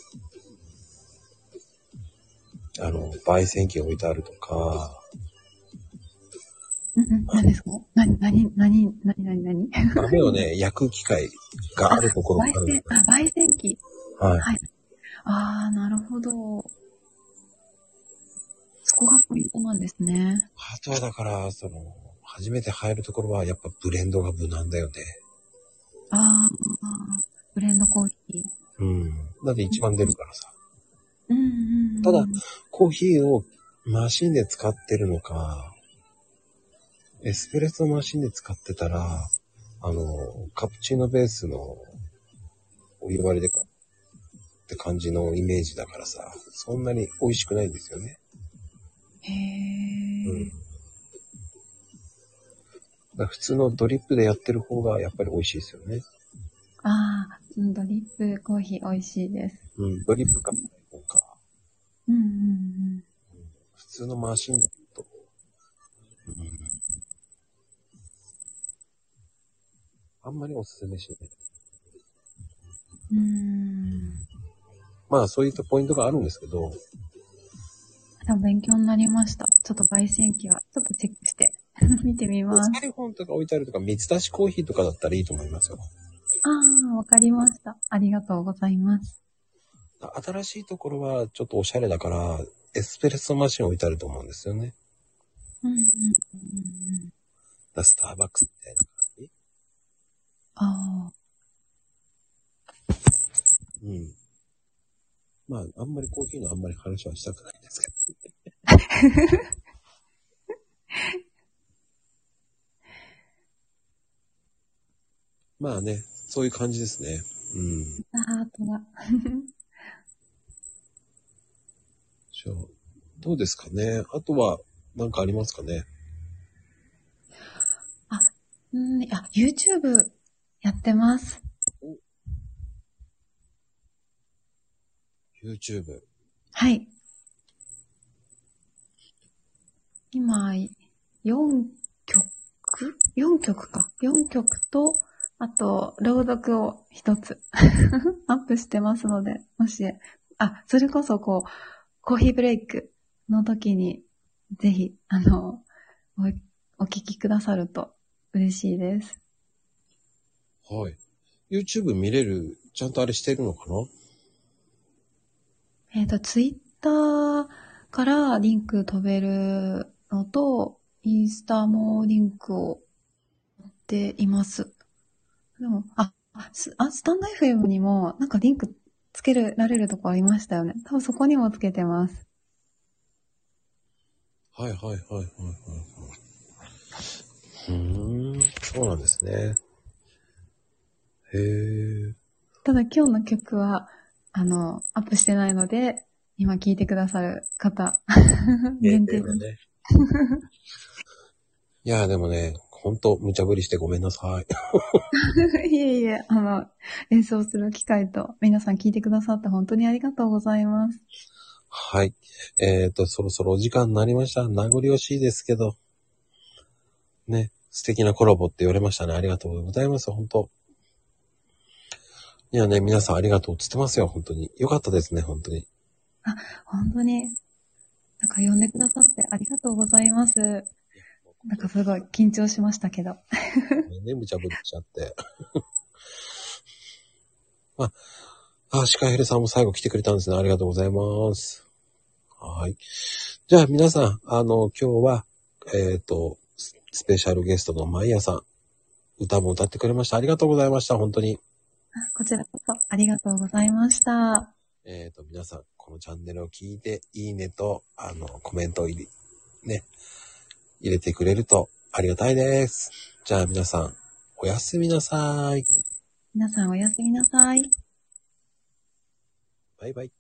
A: あの、焙煎機置いてあるとか、
B: うんうん、何ですか何、何、何、何、何、何
A: 豆をね、焼く機械があるところがあ
B: 焙煎
A: る。、
B: あ、焙煎機。
A: はい。
B: ああ、なるほど。そこがポイントなんですね。
A: あとはだから、その、初めて入るところはやっぱブレンドが無難だよね。
B: ああ、ブレンドコーヒ
A: う
B: ー。
A: ん。だって一番出るからさ。
B: うんうん、うん。
A: ただコーヒーをマシンで使ってるのか、エスプレッソマシンで使ってたら、あの、カプチーノベースのお湯割りでかって感じのイメージだからさ、そんなに美味しくないんですよね。
B: へ
A: うん。だ
B: え。
A: から普通のドリップでやってる方がやっぱり美味しいですよね。
B: ああ、うんドリップコーヒー美味しいです。
A: うん、ドリップか、なんか、
B: うんうんうん。
A: 普通のマシンだと、うん、あんまりおすすめしない。
B: うーん。
A: まあそういったポイントがあるんですけど、
B: あ勉強になりました。ちょっと焙煎機は、ちょっとチェックして、 見てみます。
A: サイフォンとか置いてあるとか、三つ出しコーヒーとかだったらいいと思いますよ。
B: ああ、わかりました。ありがとうございます。
A: 新しいところはちょっとおしゃれだから、エスプレッソマシン置いてあると思うんですよね。
B: うんうんうんうん
A: だ
B: うん。
A: からスターバックスみたいな感じ。
B: ああ、
A: うん。まあ、あんまりコーヒーのあんまり話はしたくないですけど。 まあね、そういう感じですね。うん。
B: あーとは。
A: そうどうですかね。あとは、なんかありますかね。
B: うん、あ、YouTube やってます。
A: YouTube。
B: はい。今、4曲 ?4 曲か。4曲と、あと、朗読を一つ アップしてますので、もし、あ、それこそこう、コーヒーブレイクの時に、ぜひ、あの、おお聞きくださると嬉しいです。
A: はい。YouTube 見れる、ちゃんとあれしてるのかな
B: えっ、と、ツイッターからリンク飛べるのと、インスタもリンクを持っています。でも、あ、スあスタンド FM にもなんかリンクつけられるとこありましたよね。多分そこにもつけてます。
A: はいはいはいはいはいはい。うーん、そうなんですね。へえ。
B: ただ今日の曲は、あの、アップしてないので、今聴いてくださる方、限定
A: だ ね。いや、でもね、ほんと無茶ぶりしてごめんなさい。
B: いえいえ、あの、演奏する機会と皆さん聴いてくださって本当にありがとうございます。
A: はい。えっ、と、そろそろお時間になりました。名残惜しいですけど。ね、素敵なコラボって言われましたね。ありがとうございます。本当いやね、皆さんありがとうっつってますよ。本当に。よかったですね、本当に。
B: 本当に、なんか呼んでくださってありがとうございます。なんかすごい緊張しましたけど。
A: ね、無茶ぶりしちゃって。 まあ、あ、シカヘルさんも最後来てくれたんですね。ありがとうございます。はい。じゃあ皆さん、あの、今日は、えっ、と、ススペシャルゲストのマイヤさん、歌も歌ってくれました。ありがとうございました。本当に。
B: こちらこそありがとうございました。
A: えっ、と、皆さん、このチャンネルを聞いて、いいねと、あの、コメントを入れ、ね、入れてくれるとありがたいです。じゃあ皆さん、おやすみなさい。
B: 皆さんおやすみなさい。
A: バイバイ。